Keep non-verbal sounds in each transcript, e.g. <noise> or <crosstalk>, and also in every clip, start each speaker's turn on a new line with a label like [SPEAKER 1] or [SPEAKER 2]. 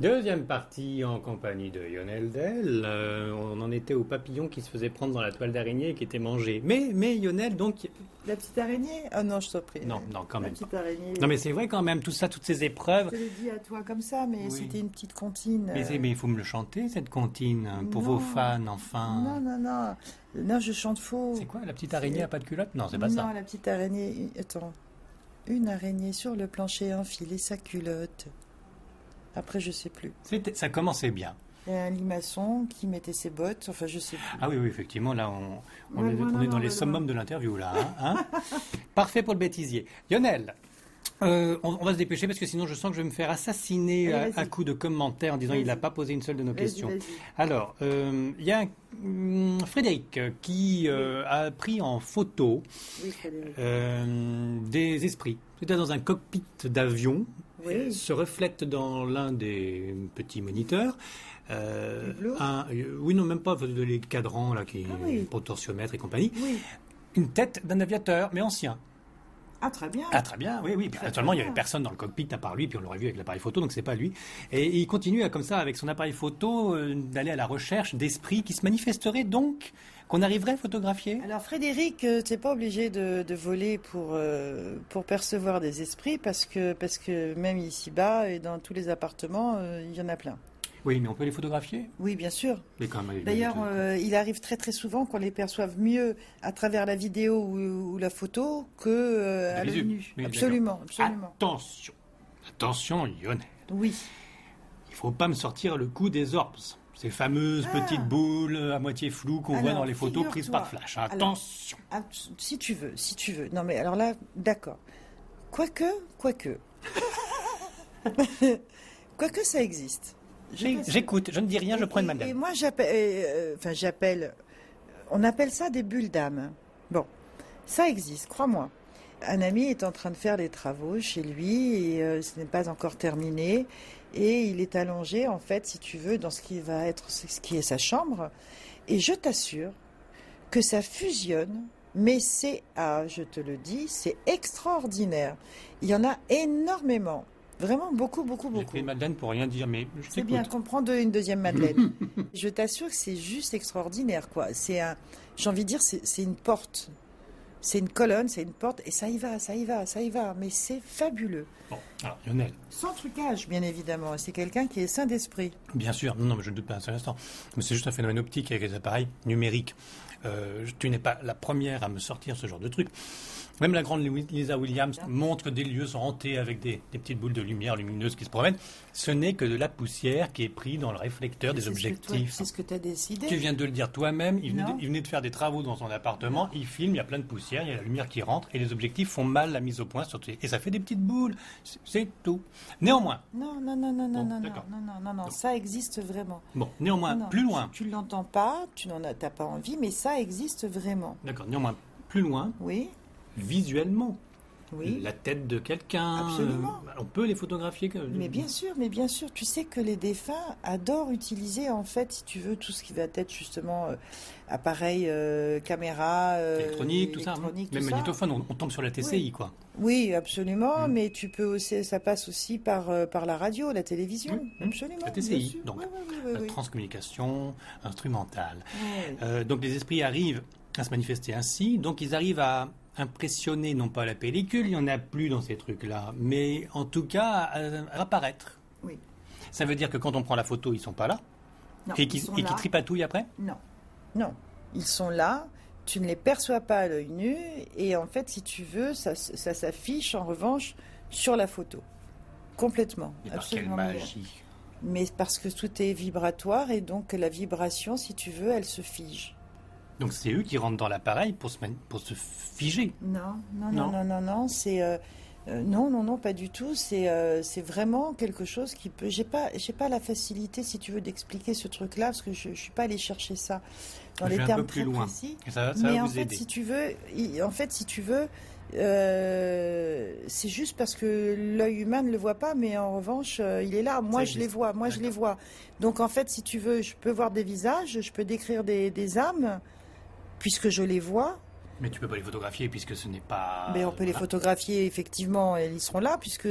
[SPEAKER 1] Deuxième partie en compagnie de Lionel Dell. Euh, on en était au papillon qui se faisait prendre dans la toile d'araignée et qui était mangé. Mais, mais Lionel, donc.
[SPEAKER 2] La petite araignée Ah non, je t'en prie.
[SPEAKER 1] Non, non, quand
[SPEAKER 2] La
[SPEAKER 1] même.
[SPEAKER 2] petite araignée.
[SPEAKER 1] Non, mais c'est vrai quand même, tout ça, toutes ces épreuves.
[SPEAKER 2] Je te l'ai dit à toi comme ça, mais
[SPEAKER 1] Oui.
[SPEAKER 2] c'était une petite comptine.
[SPEAKER 1] Mais
[SPEAKER 2] euh,
[SPEAKER 1] mais il faut me le chanter, cette comptine, hein, pour
[SPEAKER 2] Non.
[SPEAKER 1] vos fans, enfin.
[SPEAKER 2] Non, non, non. Non, je chante faux.
[SPEAKER 1] C'est quoi, la petite araignée à pas de culotte Non, c'est pas
[SPEAKER 2] non,
[SPEAKER 1] ça.
[SPEAKER 2] la petite araignée. une- Attends. Une araignée sur le plancher enfilait sa culotte. Après, je sais plus.
[SPEAKER 1] C'était- Ça commençait bien.
[SPEAKER 2] Il y a un limaçon qui mettait ses bottes. Enfin, je sais plus.
[SPEAKER 1] Ah oui, oui, effectivement, là, on, on
[SPEAKER 2] Ouais,
[SPEAKER 1] est, on est
[SPEAKER 2] voilà,
[SPEAKER 1] dans
[SPEAKER 2] voilà,
[SPEAKER 1] les
[SPEAKER 2] voilà.
[SPEAKER 1] summums de l'interview, là. hein, <laughs> hein. Parfait pour le bêtisier. Lionel, euh, on, on va se dépêcher parce que sinon, je sens que je vais me faire assassiner
[SPEAKER 2] Allez,
[SPEAKER 1] à,
[SPEAKER 2] vas-y.
[SPEAKER 1] à coups de commentaires en disant il n'a
[SPEAKER 2] Vas-y.
[SPEAKER 1] pas posé une seule de nos
[SPEAKER 2] Vas-y,
[SPEAKER 1] questions.
[SPEAKER 2] vas-y.
[SPEAKER 1] Alors, euh, il y a hum, Frédéric euh, qui euh, a pris en photo
[SPEAKER 2] Oui, Frédéric.
[SPEAKER 1] euh, des esprits. C'était dans un cockpit d'avion.
[SPEAKER 2] Oui.
[SPEAKER 1] Se reflète dans l'un des petits moniteurs. euh,
[SPEAKER 2] Hublot
[SPEAKER 1] un- euh, oui, non, même pas de les cadrans là, qui
[SPEAKER 2] Ah oui.
[SPEAKER 1] protorsiomètre et compagnie.
[SPEAKER 2] Oui.
[SPEAKER 1] Une tête d'un aviateur, mais ancien.
[SPEAKER 2] Ah, très bien.
[SPEAKER 1] Ah très bien, oui, oui. Puis, naturellement, il n'y avait
[SPEAKER 2] bien.
[SPEAKER 1] personne dans le cockpit à part lui, puis on l'aurait vu avec l'appareil photo, donc c'est pas lui. Et il continue à, comme ça avec son appareil photo euh, d'aller à la recherche d'esprits qui se manifesteraient donc, qu'on arriverait à photographier.
[SPEAKER 2] Alors Frédéric, euh, t'es pas obligé de, de voler pour euh, pour percevoir des esprits parce que parce que même ici bas et dans tous les appartements, euh, il y en a plein.
[SPEAKER 1] Oui, mais on peut les photographier.
[SPEAKER 2] Oui, bien sûr.
[SPEAKER 1] Mais quand même,
[SPEAKER 2] D'ailleurs, euh, il arrive très très souvent qu'on les perçoive mieux à travers la vidéo ou, ou la photo que euh,
[SPEAKER 1] De
[SPEAKER 2] à
[SPEAKER 1] visu.
[SPEAKER 2] l'œil nu.
[SPEAKER 1] Oui,
[SPEAKER 2] absolument, euh, absolument.
[SPEAKER 1] attention, attention, Lionel.
[SPEAKER 2] Oui.
[SPEAKER 1] Il faut pas me sortir le coup des orbes. Ces fameuses
[SPEAKER 2] Ah.
[SPEAKER 1] petites boules à moitié floues qu'on voit
[SPEAKER 2] Alors,
[SPEAKER 1] dans les photos prises
[SPEAKER 2] figure-toi.
[SPEAKER 1] par flash.
[SPEAKER 2] Alors,
[SPEAKER 1] Attention.
[SPEAKER 2] Ah, si tu veux, si tu veux. Non mais alors là, d'accord. Quoique, quoique. <laughs> quoique ça existe. Je
[SPEAKER 1] J'ai-
[SPEAKER 2] pense-
[SPEAKER 1] J'écoute, je ne dis rien, je prends une
[SPEAKER 2] Et- Et
[SPEAKER 1] madame.
[SPEAKER 2] moi, j'appelle. euh, Enfin, j'appelle. On appelle ça des bulles d'âme. Bon, ça existe, crois-moi. Un ami est en train de faire des travaux chez lui et euh, ce n'est pas encore terminé. Et il est allongé, en fait, si tu veux, dans ce qui va être ce qui est sa chambre. Et je t'assure que ça fusionne, mais c'est, ah, je te le dis, c'est extraordinaire. Il y en a énormément. Vraiment beaucoup, beaucoup,
[SPEAKER 1] J'ai
[SPEAKER 2] beaucoup.
[SPEAKER 1] pris une madeleine pour rien dire, mais je
[SPEAKER 2] C'est bien
[SPEAKER 1] t'écoute.
[SPEAKER 2] qu'on prend deux- une deuxième Madeleine.
[SPEAKER 1] <laughs>
[SPEAKER 2] je t'assure que c'est juste extraordinaire, quoi. C'est un, j'ai envie de dire, c'est c'est une porte. C'est une colonne, c'est une porte, et ça y va, ça y va, ça y va. Mais c'est fabuleux.
[SPEAKER 1] Bon, alors Lionel,
[SPEAKER 2] Sans trucage, bien évidemment. C'est quelqu'un qui est sain d'esprit.
[SPEAKER 1] Bien sûr, non, non, mais je ne doute pas un seul instant. Mais c'est juste un phénomène optique avec les appareils numériques. Euh, tu n'es pas la première à me sortir ce genre de truc. Même la grande Louis- Lisa Williams montre que des lieux sont hantés avec des, des petites boules de lumière lumineuse qui se promènent. Ce n'est que de la poussière qui est prise dans le réflecteur des
[SPEAKER 2] C'est ce que toi-
[SPEAKER 1] objectifs.
[SPEAKER 2] C'est ce que tu as décidé.
[SPEAKER 1] Tu viens de le dire toi-même, il, venait
[SPEAKER 2] Non.
[SPEAKER 1] de- il venait de faire des travaux dans son appartement, il filme, il y a plein de poussière, il y a la lumière qui rentre, et les objectifs font mal la mise au point, surtout, et ça fait des petites boules, C'est- c'est tout. Néanmoins,
[SPEAKER 2] Non, non, non, non, non,
[SPEAKER 1] Bon,
[SPEAKER 2] non, non,
[SPEAKER 1] d'accord.
[SPEAKER 2] non, non, non, non, ça existe vraiment.
[SPEAKER 1] bon, néanmoins,
[SPEAKER 2] Non, non,
[SPEAKER 1] plus loin,
[SPEAKER 2] Tu, tu l'entends pas, tu n'en as, t'as pas envie, mais ça existe vraiment.
[SPEAKER 1] d'accord, néanmoins, plus loin,
[SPEAKER 2] Oui,
[SPEAKER 1] visuellement
[SPEAKER 2] oui.
[SPEAKER 1] la tête de quelqu'un.
[SPEAKER 2] Absolument.
[SPEAKER 1] euh, on peut les photographier. que-
[SPEAKER 2] Mais bien sûr, mais bien sûr, tu sais que les défunts adorent utiliser en fait, si tu veux, tout ce qui va être justement euh, appareil, euh, caméra, euh,
[SPEAKER 1] Électronique, tout ça. hein.
[SPEAKER 2] électronique, tout
[SPEAKER 1] Même
[SPEAKER 2] ça.
[SPEAKER 1] magnétophone, on, on tombe sur la TCI, quoi.
[SPEAKER 2] Oui,
[SPEAKER 1] Mm.
[SPEAKER 2] absolument, mais tu peux aussi, ça passe aussi par euh, par la radio, la télévision,
[SPEAKER 1] Mm, mm.
[SPEAKER 2] absolument.
[SPEAKER 1] La
[SPEAKER 2] bien
[SPEAKER 1] TCI,
[SPEAKER 2] sûr.
[SPEAKER 1] donc.
[SPEAKER 2] Oui, oui, oui,
[SPEAKER 1] Euh,
[SPEAKER 2] oui, oui.
[SPEAKER 1] Transcommunication instrumentale.
[SPEAKER 2] Oui.
[SPEAKER 1] Euh, donc les esprits arrivent à se manifester ainsi. Donc ils arrivent à impressionner, non pas la pellicule, il n'y en a plus dans ces trucs-là, mais en tout cas à, à apparaître.
[SPEAKER 2] Oui.
[SPEAKER 1] Ça veut dire que quand on prend la photo, ils sont pas là
[SPEAKER 2] Non,
[SPEAKER 1] et qui
[SPEAKER 2] ils sont là.
[SPEAKER 1] tripatouillent après.
[SPEAKER 2] Non, non, ils sont là. Tu ne les perçois pas à l'œil nu, et en fait, si tu veux, ça, s- ça s'affiche en revanche sur la photo, complètement,
[SPEAKER 1] Mais par quelle
[SPEAKER 2] absolument.
[SPEAKER 1] magie
[SPEAKER 2] Mais parce que tout est vibratoire et donc la vibration, si tu veux, elle se fige.
[SPEAKER 1] Donc c'est eux qui rentrent dans l'appareil pour se mani- pour se figer.
[SPEAKER 2] Non, non, non,
[SPEAKER 1] Non.
[SPEAKER 2] non, non, non, c'est euh, euh, non, non, non, pas du tout. C'est euh, c'est vraiment quelque chose qui peut. J'ai pas, j'ai pas la facilité, si tu veux, d'expliquer ce truc-là parce que je, je suis pas allée chercher ça dans
[SPEAKER 1] Je
[SPEAKER 2] les
[SPEAKER 1] vais un
[SPEAKER 2] termes
[SPEAKER 1] peu plus
[SPEAKER 2] très
[SPEAKER 1] loin.
[SPEAKER 2] précis.
[SPEAKER 1] Et ça, va- ça
[SPEAKER 2] Mais
[SPEAKER 1] va
[SPEAKER 2] en
[SPEAKER 1] vous
[SPEAKER 2] fait,
[SPEAKER 1] aider.
[SPEAKER 2] si tu veux, il- en fait, si tu veux, euh, c'est juste parce que l'œil humain ne le voit pas, mais en revanche, euh, il est là. Moi, je
[SPEAKER 1] existe.
[SPEAKER 2] les vois. Moi, je les vois. Donc, en fait, si tu veux, je peux voir des visages, je peux décrire des, des âmes, puisque je les vois.
[SPEAKER 1] Mais tu peux pas les photographier puisque ce n'est pas.
[SPEAKER 2] Mais on peut les
[SPEAKER 1] Voilà.
[SPEAKER 2] photographier, effectivement, et ils seront là, puisque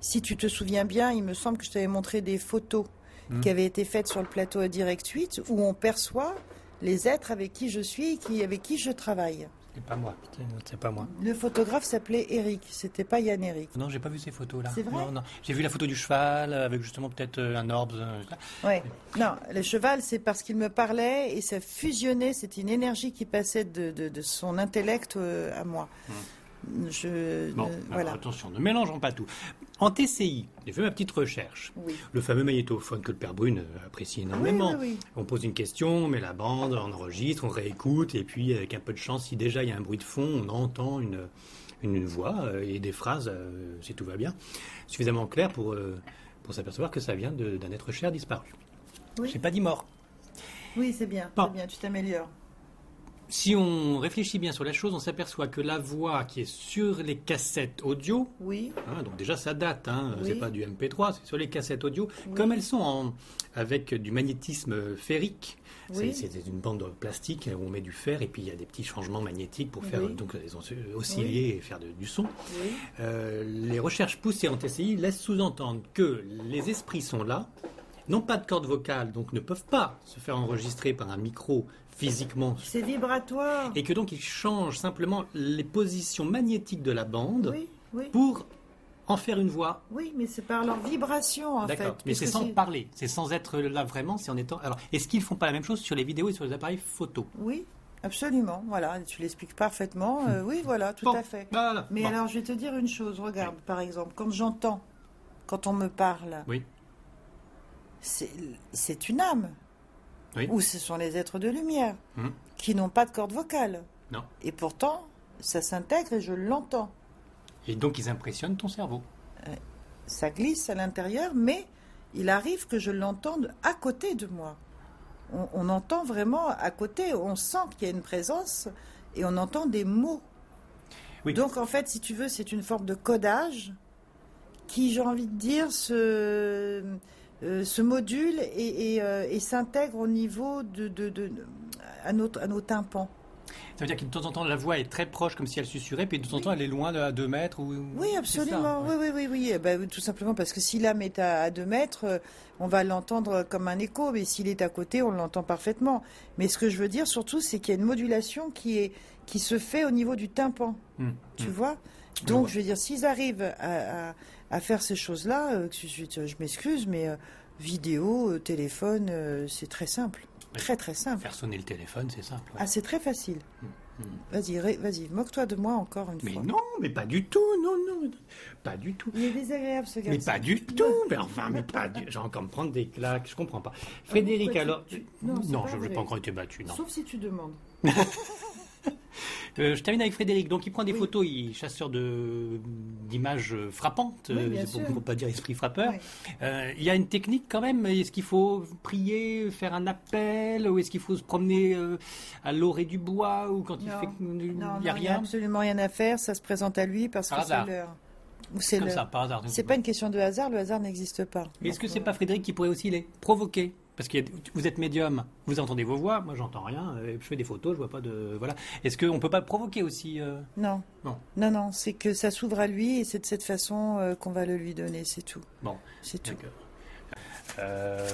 [SPEAKER 2] si tu te souviens bien, il me semble que je t'avais montré des photos
[SPEAKER 1] Mhm.
[SPEAKER 2] qui avaient été faites sur le plateau à Direct 8, où on perçoit les êtres avec qui je suis et qui, avec qui je travaille.
[SPEAKER 1] C'est pas moi. C'est- C'est pas moi.
[SPEAKER 2] Le photographe s'appelait Eric, c'était pas Yann Eric.
[SPEAKER 1] Non, j'ai pas vu ces photos-là.
[SPEAKER 2] C'est vrai
[SPEAKER 1] Non, non. J'ai vu la photo du cheval euh, avec justement peut-être euh, un orbe. euh, là.
[SPEAKER 2] Ouais. Non, le cheval, c'est parce qu'il me parlait et ça fusionnait, c'était une énergie qui passait de, de- de son intellect euh, à moi. Je,
[SPEAKER 1] Hmm. Bon, alors
[SPEAKER 2] ne- Euh, voilà.
[SPEAKER 1] attention, ne mélangeons pas tout. En TCI, j'ai fait ma petite recherche.
[SPEAKER 2] Oui.
[SPEAKER 1] Le fameux magnétophone que le père Brune euh, apprécie énormément.
[SPEAKER 2] oui, oui.
[SPEAKER 1] On pose une question, on met la bande, on enregistre, on réécoute, et puis avec un peu de chance, si déjà il y a un bruit de fond, on entend une, une, une voix euh, et des phrases, euh, si tout va bien, suffisamment claires pour, euh, pour s'apercevoir que ça vient de- d'un être cher disparu.
[SPEAKER 2] Oui.
[SPEAKER 1] J'ai pas dit mort.
[SPEAKER 2] Oui, c'est bien,
[SPEAKER 1] Bon.
[SPEAKER 2] c'est bien, tu t'améliores.
[SPEAKER 1] Si on réfléchit bien sur la chose, on s'aperçoit que la voix qui est sur les cassettes audio,
[SPEAKER 2] Oui,
[SPEAKER 1] hein, donc déjà ça date, hein,
[SPEAKER 2] Oui.
[SPEAKER 1] c'est pas du MP3, c'est sur les cassettes audio, comme elles sont en- avec du magnétisme férique, c'est-
[SPEAKER 2] Oui.
[SPEAKER 1] c'est une bande plastique où on met du fer et puis il y a des petits changements magnétiques pour faire
[SPEAKER 2] Oui.
[SPEAKER 1] donc elles ont osciller et faire de- du son.
[SPEAKER 2] oui.
[SPEAKER 1] Euh, les recherches poussées en TCI laissent sous-entendre que les esprits sont là, n'ont pas de corde vocale, donc ne peuvent pas se faire enregistrer par un micro physiquement
[SPEAKER 2] C'est vibratoire.
[SPEAKER 1] et que donc il change simplement les positions magnétiques de la bande
[SPEAKER 2] Oui, oui,
[SPEAKER 1] pour en faire une voix.
[SPEAKER 2] oui, mais c'est par leur vibration en fait.
[SPEAKER 1] D'accord, mais
[SPEAKER 2] parce
[SPEAKER 1] c'est
[SPEAKER 2] que
[SPEAKER 1] sans parler, c'est sans être là vraiment, c'est en étant. Alors, est-ce qu'ils font pas la même chose sur les vidéos et sur les appareils photo
[SPEAKER 2] Oui, absolument. Voilà, tu l'expliques parfaitement. euh, oui, voilà, tout
[SPEAKER 1] Hmm. Bon,
[SPEAKER 2] à fait.
[SPEAKER 1] voilà,
[SPEAKER 2] Mais
[SPEAKER 1] bon.
[SPEAKER 2] alors, je vais te dire une chose. Regarde, par exemple, quand j'entends, quand on me parle,
[SPEAKER 1] Oui,
[SPEAKER 2] c'est- c'est une âme.
[SPEAKER 1] Oui.
[SPEAKER 2] Ou ce sont les êtres de lumière
[SPEAKER 1] Mhm.
[SPEAKER 2] qui n'ont pas de corde vocale.
[SPEAKER 1] non.
[SPEAKER 2] Et pourtant, ça s'intègre et je l'entends.
[SPEAKER 1] Et donc ils impressionnent ton cerveau.
[SPEAKER 2] ça glisse à l'intérieur, mais il arrive que je l'entende à côté de moi. On, on entend vraiment à côté, on sent qu'il y a une présence et on entend des mots.
[SPEAKER 1] Oui.
[SPEAKER 2] Donc en fait, si tu veux, c'est une forme de codage qui, j'ai envie de dire, se, euh, se module et, et, euh, et s'intègre au niveau de, de- de- à, nos, à nos tympans.
[SPEAKER 1] Ça veut dire que de temps en temps la voix est très proche comme si elle susurrait, puis de temps en temps elle est loin de, à 2 mètres ou.
[SPEAKER 2] Oui,
[SPEAKER 1] c'est ça,
[SPEAKER 2] absolument.
[SPEAKER 1] ouais.
[SPEAKER 2] oui, oui, oui, oui. Eh ben, tout simplement parce que si l'âme est à, à deux mètres, euh, on va l'entendre comme un écho, mais s'il est à côté, on l'entend parfaitement. Mais ce que je veux dire surtout, c'est qu'il y a une modulation qui est qui se fait au niveau du tympan.
[SPEAKER 1] Hmm.
[SPEAKER 2] Tu
[SPEAKER 1] Hmm.
[SPEAKER 2] vois
[SPEAKER 1] Je
[SPEAKER 2] Donc,
[SPEAKER 1] vois.
[SPEAKER 2] je veux dire, s'ils arrivent à, à- à faire ces choses-là, euh, que je, je m'excuse, mais euh, vidéo, euh, téléphone, euh, c'est très simple,
[SPEAKER 1] Oui.
[SPEAKER 2] très très simple.
[SPEAKER 1] Faire sonner le téléphone, c'est simple. ouais.
[SPEAKER 2] Ah, c'est très facile. Vas-y, ré- vas-y, moque-toi de moi encore une
[SPEAKER 1] Hmm. mais
[SPEAKER 2] fois.
[SPEAKER 1] non, mais pas du tout, non, non, pas du tout.
[SPEAKER 2] Il est désagréable ce
[SPEAKER 1] Mais
[SPEAKER 2] garçon.
[SPEAKER 1] pas du tout, mais enfin, mais pas du J'ai encore me prendre des claques, je comprends pas. Frédéric,
[SPEAKER 2] Ah, pourquoi tu-
[SPEAKER 1] alors.
[SPEAKER 2] tu-
[SPEAKER 1] Non,
[SPEAKER 2] non, c'est pas
[SPEAKER 1] je n'ai
[SPEAKER 2] vrai.
[SPEAKER 1] pas encore été battu, non.
[SPEAKER 2] Sauf si tu demandes.
[SPEAKER 1] Euh, je termine avec Frédéric. Donc, il prend des
[SPEAKER 2] Oui.
[SPEAKER 1] photos, il est chasseur de- d'images euh, frappantes,
[SPEAKER 2] Oui,
[SPEAKER 1] euh,
[SPEAKER 2] bien
[SPEAKER 1] pour
[SPEAKER 2] sûr.
[SPEAKER 1] pour pas dire esprit frappeur.
[SPEAKER 2] Oui.
[SPEAKER 1] Euh, il y a une technique quand même. Est-ce qu'il faut prier, faire un appel, ou est-ce qu'il faut se promener euh, à l'orée du bois, ou quand il
[SPEAKER 2] Non.
[SPEAKER 1] fait. Il n'y
[SPEAKER 2] Non, non,
[SPEAKER 1] a
[SPEAKER 2] il n'y a
[SPEAKER 1] rien
[SPEAKER 2] absolument rien à faire. Ça se présente à lui parce que
[SPEAKER 1] Par
[SPEAKER 2] c'est
[SPEAKER 1] hasard.
[SPEAKER 2] l'heure. Ou c'est
[SPEAKER 1] Comme ça,
[SPEAKER 2] l'heure.
[SPEAKER 1] par hasard.
[SPEAKER 2] C'est pas une question de hasard. Le hasard n'existe pas.
[SPEAKER 1] Est-ce que c'est pas Frédéric qui pourrait aussi les provoquer Parce que vous êtes médium, vous entendez vos voix, moi j'entends rien, euh, je fais des photos, je vois pas de. Voilà. Est-ce qu'on peut pas provoquer aussi euh,
[SPEAKER 2] Non.
[SPEAKER 1] Non.
[SPEAKER 2] Non, non. C'est que ça s'ouvre à lui et c'est de cette façon euh, qu'on va le lui donner. C'est tout.
[SPEAKER 1] Bon,
[SPEAKER 2] C'est tout.
[SPEAKER 1] d'accord. Euh,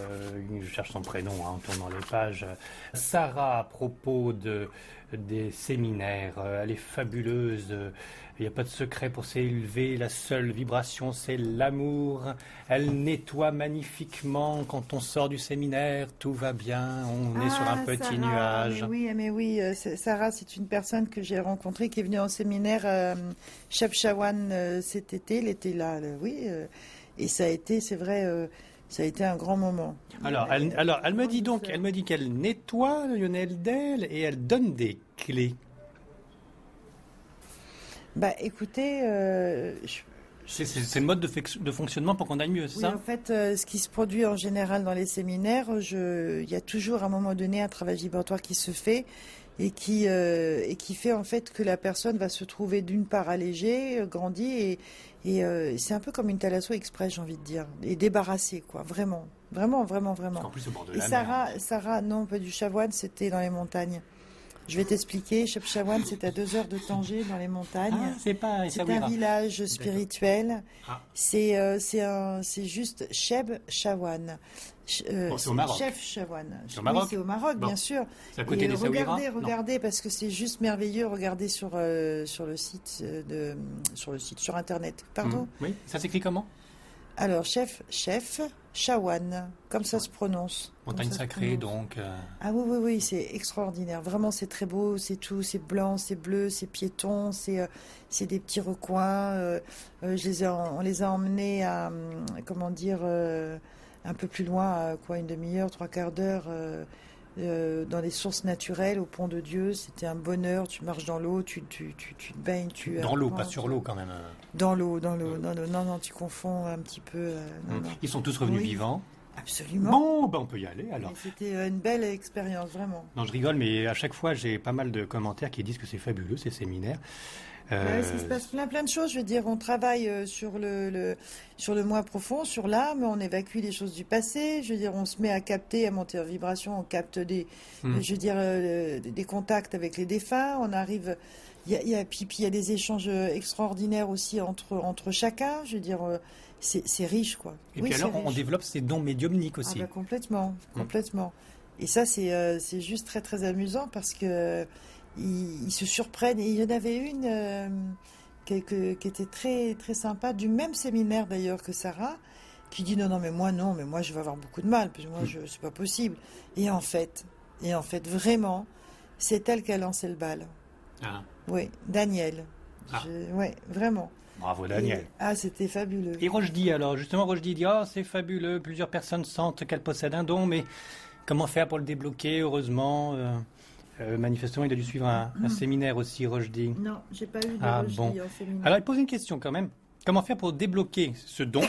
[SPEAKER 1] je cherche son prénom hein, en tournant les pages. Sarah, à propos de, des séminaires, euh, elle est fabuleuse. euh, Il n'y a pas de secret pour s'élever. La seule vibration, c'est l'amour. Elle nettoie magnifiquement quand on sort du séminaire. Tout va bien. On est sur un
[SPEAKER 2] Ah,
[SPEAKER 1] petit
[SPEAKER 2] Sarah,
[SPEAKER 1] nuage.
[SPEAKER 2] Mais oui, mais oui. euh, c'est- Sarah, c'est une personne que j'ai rencontrée qui est venue en séminaire euh, Chapchawan euh, cet été. Elle était là. là, oui. euh, et ça a été, c'est vrai, euh, ça a été un grand moment.
[SPEAKER 1] Alors, elle, alors, elle me dit donc, elle me dit qu'elle nettoie Lionel Dell et elle donne des clés.
[SPEAKER 2] Bah, écoutez, euh, je-
[SPEAKER 1] C'est c'est- c'est le mode de, fex- de fonctionnement pour qu'on aille mieux, c'est
[SPEAKER 2] Oui,
[SPEAKER 1] ça
[SPEAKER 2] en fait, euh, ce qui se produit en général dans les séminaires, je- il y a toujours à un moment donné un travail vibratoire qui se fait et qui, euh, et qui fait en fait que la personne va se trouver d'une part allégée, euh, grandie et, et, euh, c'est un peu comme une thalasso express, j'ai envie de dire, et débarrassée quoi, vraiment, vraiment, vraiment,
[SPEAKER 1] Parce
[SPEAKER 2] vraiment.
[SPEAKER 1] qu'en plus, au bord de
[SPEAKER 2] Et
[SPEAKER 1] la mer. hein.
[SPEAKER 2] Sarah, Sarah, non, pas du chavoine, c'était dans les montagnes. Je vais t'expliquer. Chepchaouen, c'est à deux heures de Tanger, dans les montagnes.
[SPEAKER 1] Ah, c'est pas
[SPEAKER 2] c'est un
[SPEAKER 1] Essaouira.
[SPEAKER 2] village spirituel.
[SPEAKER 1] Ah.
[SPEAKER 2] C'est euh, c'est un- c'est juste Cheb Chawan. Ch- euh,
[SPEAKER 1] Bon, Oh, c'est au Maroc.
[SPEAKER 2] Chef Chawan.
[SPEAKER 1] C'est au Maroc
[SPEAKER 2] Oui, c'est au Maroc,
[SPEAKER 1] Bon.
[SPEAKER 2] bien sûr.
[SPEAKER 1] C'est à côté
[SPEAKER 2] Et
[SPEAKER 1] des Saouira
[SPEAKER 2] regardez, regardez, parce que c'est juste merveilleux. Regardez sur, euh, sur le site euh, de, sur le site, sur Internet. Pardon.
[SPEAKER 1] Mmh. Oui, ça s'écrit comment
[SPEAKER 2] Alors, chef, chef, Chawan, comme ça se prononce. Comme
[SPEAKER 1] Montagne
[SPEAKER 2] ça se
[SPEAKER 1] sacrée,
[SPEAKER 2] prononce.
[SPEAKER 1] donc. euh,
[SPEAKER 2] Ah oui, oui, oui, c'est extraordinaire. Vraiment, c'est très beau, c'est tout, c'est blanc, c'est bleu, c'est piéton, c'est euh, c'est des petits recoins. euh, euh, je les ai en- on les a emmenés à, hum, comment dire, euh, un peu plus loin, à quoi, une demi-heure, trois quarts d'heure, euh, euh, dans les sources naturelles, au pont de Dieu. C'était un bonheur, tu marches dans l'eau, tu, tu, tu, tu te baignes, tu...
[SPEAKER 1] dans l'eau, pas
[SPEAKER 2] apprends.
[SPEAKER 1] sur l'eau quand même. euh.
[SPEAKER 2] Dans l'eau, dans l'eau, dans l'eau. Non, non, tu confonds un petit peu. euh, non, non.
[SPEAKER 1] Ils sont tous revenus
[SPEAKER 2] Oui.
[SPEAKER 1] vivants.
[SPEAKER 2] Absolument.
[SPEAKER 1] Mmh. Bon, ben on peut y aller alors.
[SPEAKER 2] Et C'était euh, une belle expérience, vraiment.
[SPEAKER 1] Non, je rigole, mais à chaque fois, j'ai pas mal de commentaires qui disent que c'est fabuleux, ces séminaires. Euh,
[SPEAKER 2] Ouais, ça se passe plein plein de choses. Je veux dire, on travaille euh, sur le, le- sur le moi profond, sur l'âme. On évacue les choses du passé. Je veux dire, on se met à capter, à monter en vibration. On capte des,
[SPEAKER 1] Hmm.
[SPEAKER 2] je veux dire, euh, des- des contacts avec les défunts. On arrive. Il y a, il y a- puis puis il y a des échanges euh, extraordinaires aussi entre entre chacun. Je veux dire, euh, c'est c'est riche quoi.
[SPEAKER 1] Et
[SPEAKER 2] Oui,
[SPEAKER 1] puis
[SPEAKER 2] c'est
[SPEAKER 1] alors, on
[SPEAKER 2] riche.
[SPEAKER 1] développe ces dons médiumniques
[SPEAKER 2] Ah
[SPEAKER 1] aussi.
[SPEAKER 2] bah complètement,
[SPEAKER 1] Mm.
[SPEAKER 2] complètement. Et ça, c'est euh, c'est juste très très amusant parce que euh, ils, ils se surprennent. Et il y en avait une euh, qui, que- qui était très très sympa, du même séminaire d'ailleurs que Sarah, qui dit non non mais moi non, mais moi je vais avoir beaucoup de mal, parce que moi
[SPEAKER 1] Mm.
[SPEAKER 2] je c'est pas possible. Et en fait, et en fait vraiment, c'est elle qui a lancé le bal.
[SPEAKER 1] Ah,
[SPEAKER 2] Oui, Daniel.
[SPEAKER 1] Ah.
[SPEAKER 2] Je- ouais, vraiment.
[SPEAKER 1] bravo, Daniel.
[SPEAKER 2] Et- ah, c'était fabuleux.
[SPEAKER 1] Et Rochdi, alors, justement, Rochdi dit Ah, c'est fabuleux, plusieurs personnes sentent qu'elles possèdent un don, mais comment faire pour le débloquer Heureusement, euh, euh, manifestement, il a dû suivre un, un séminaire aussi, Rochdi.
[SPEAKER 2] Non, j'ai pas eu de
[SPEAKER 1] Ah,
[SPEAKER 2] rejet
[SPEAKER 1] bon.
[SPEAKER 2] en séminaire.
[SPEAKER 1] Alors, il pose une question quand même Comment faire pour débloquer ce don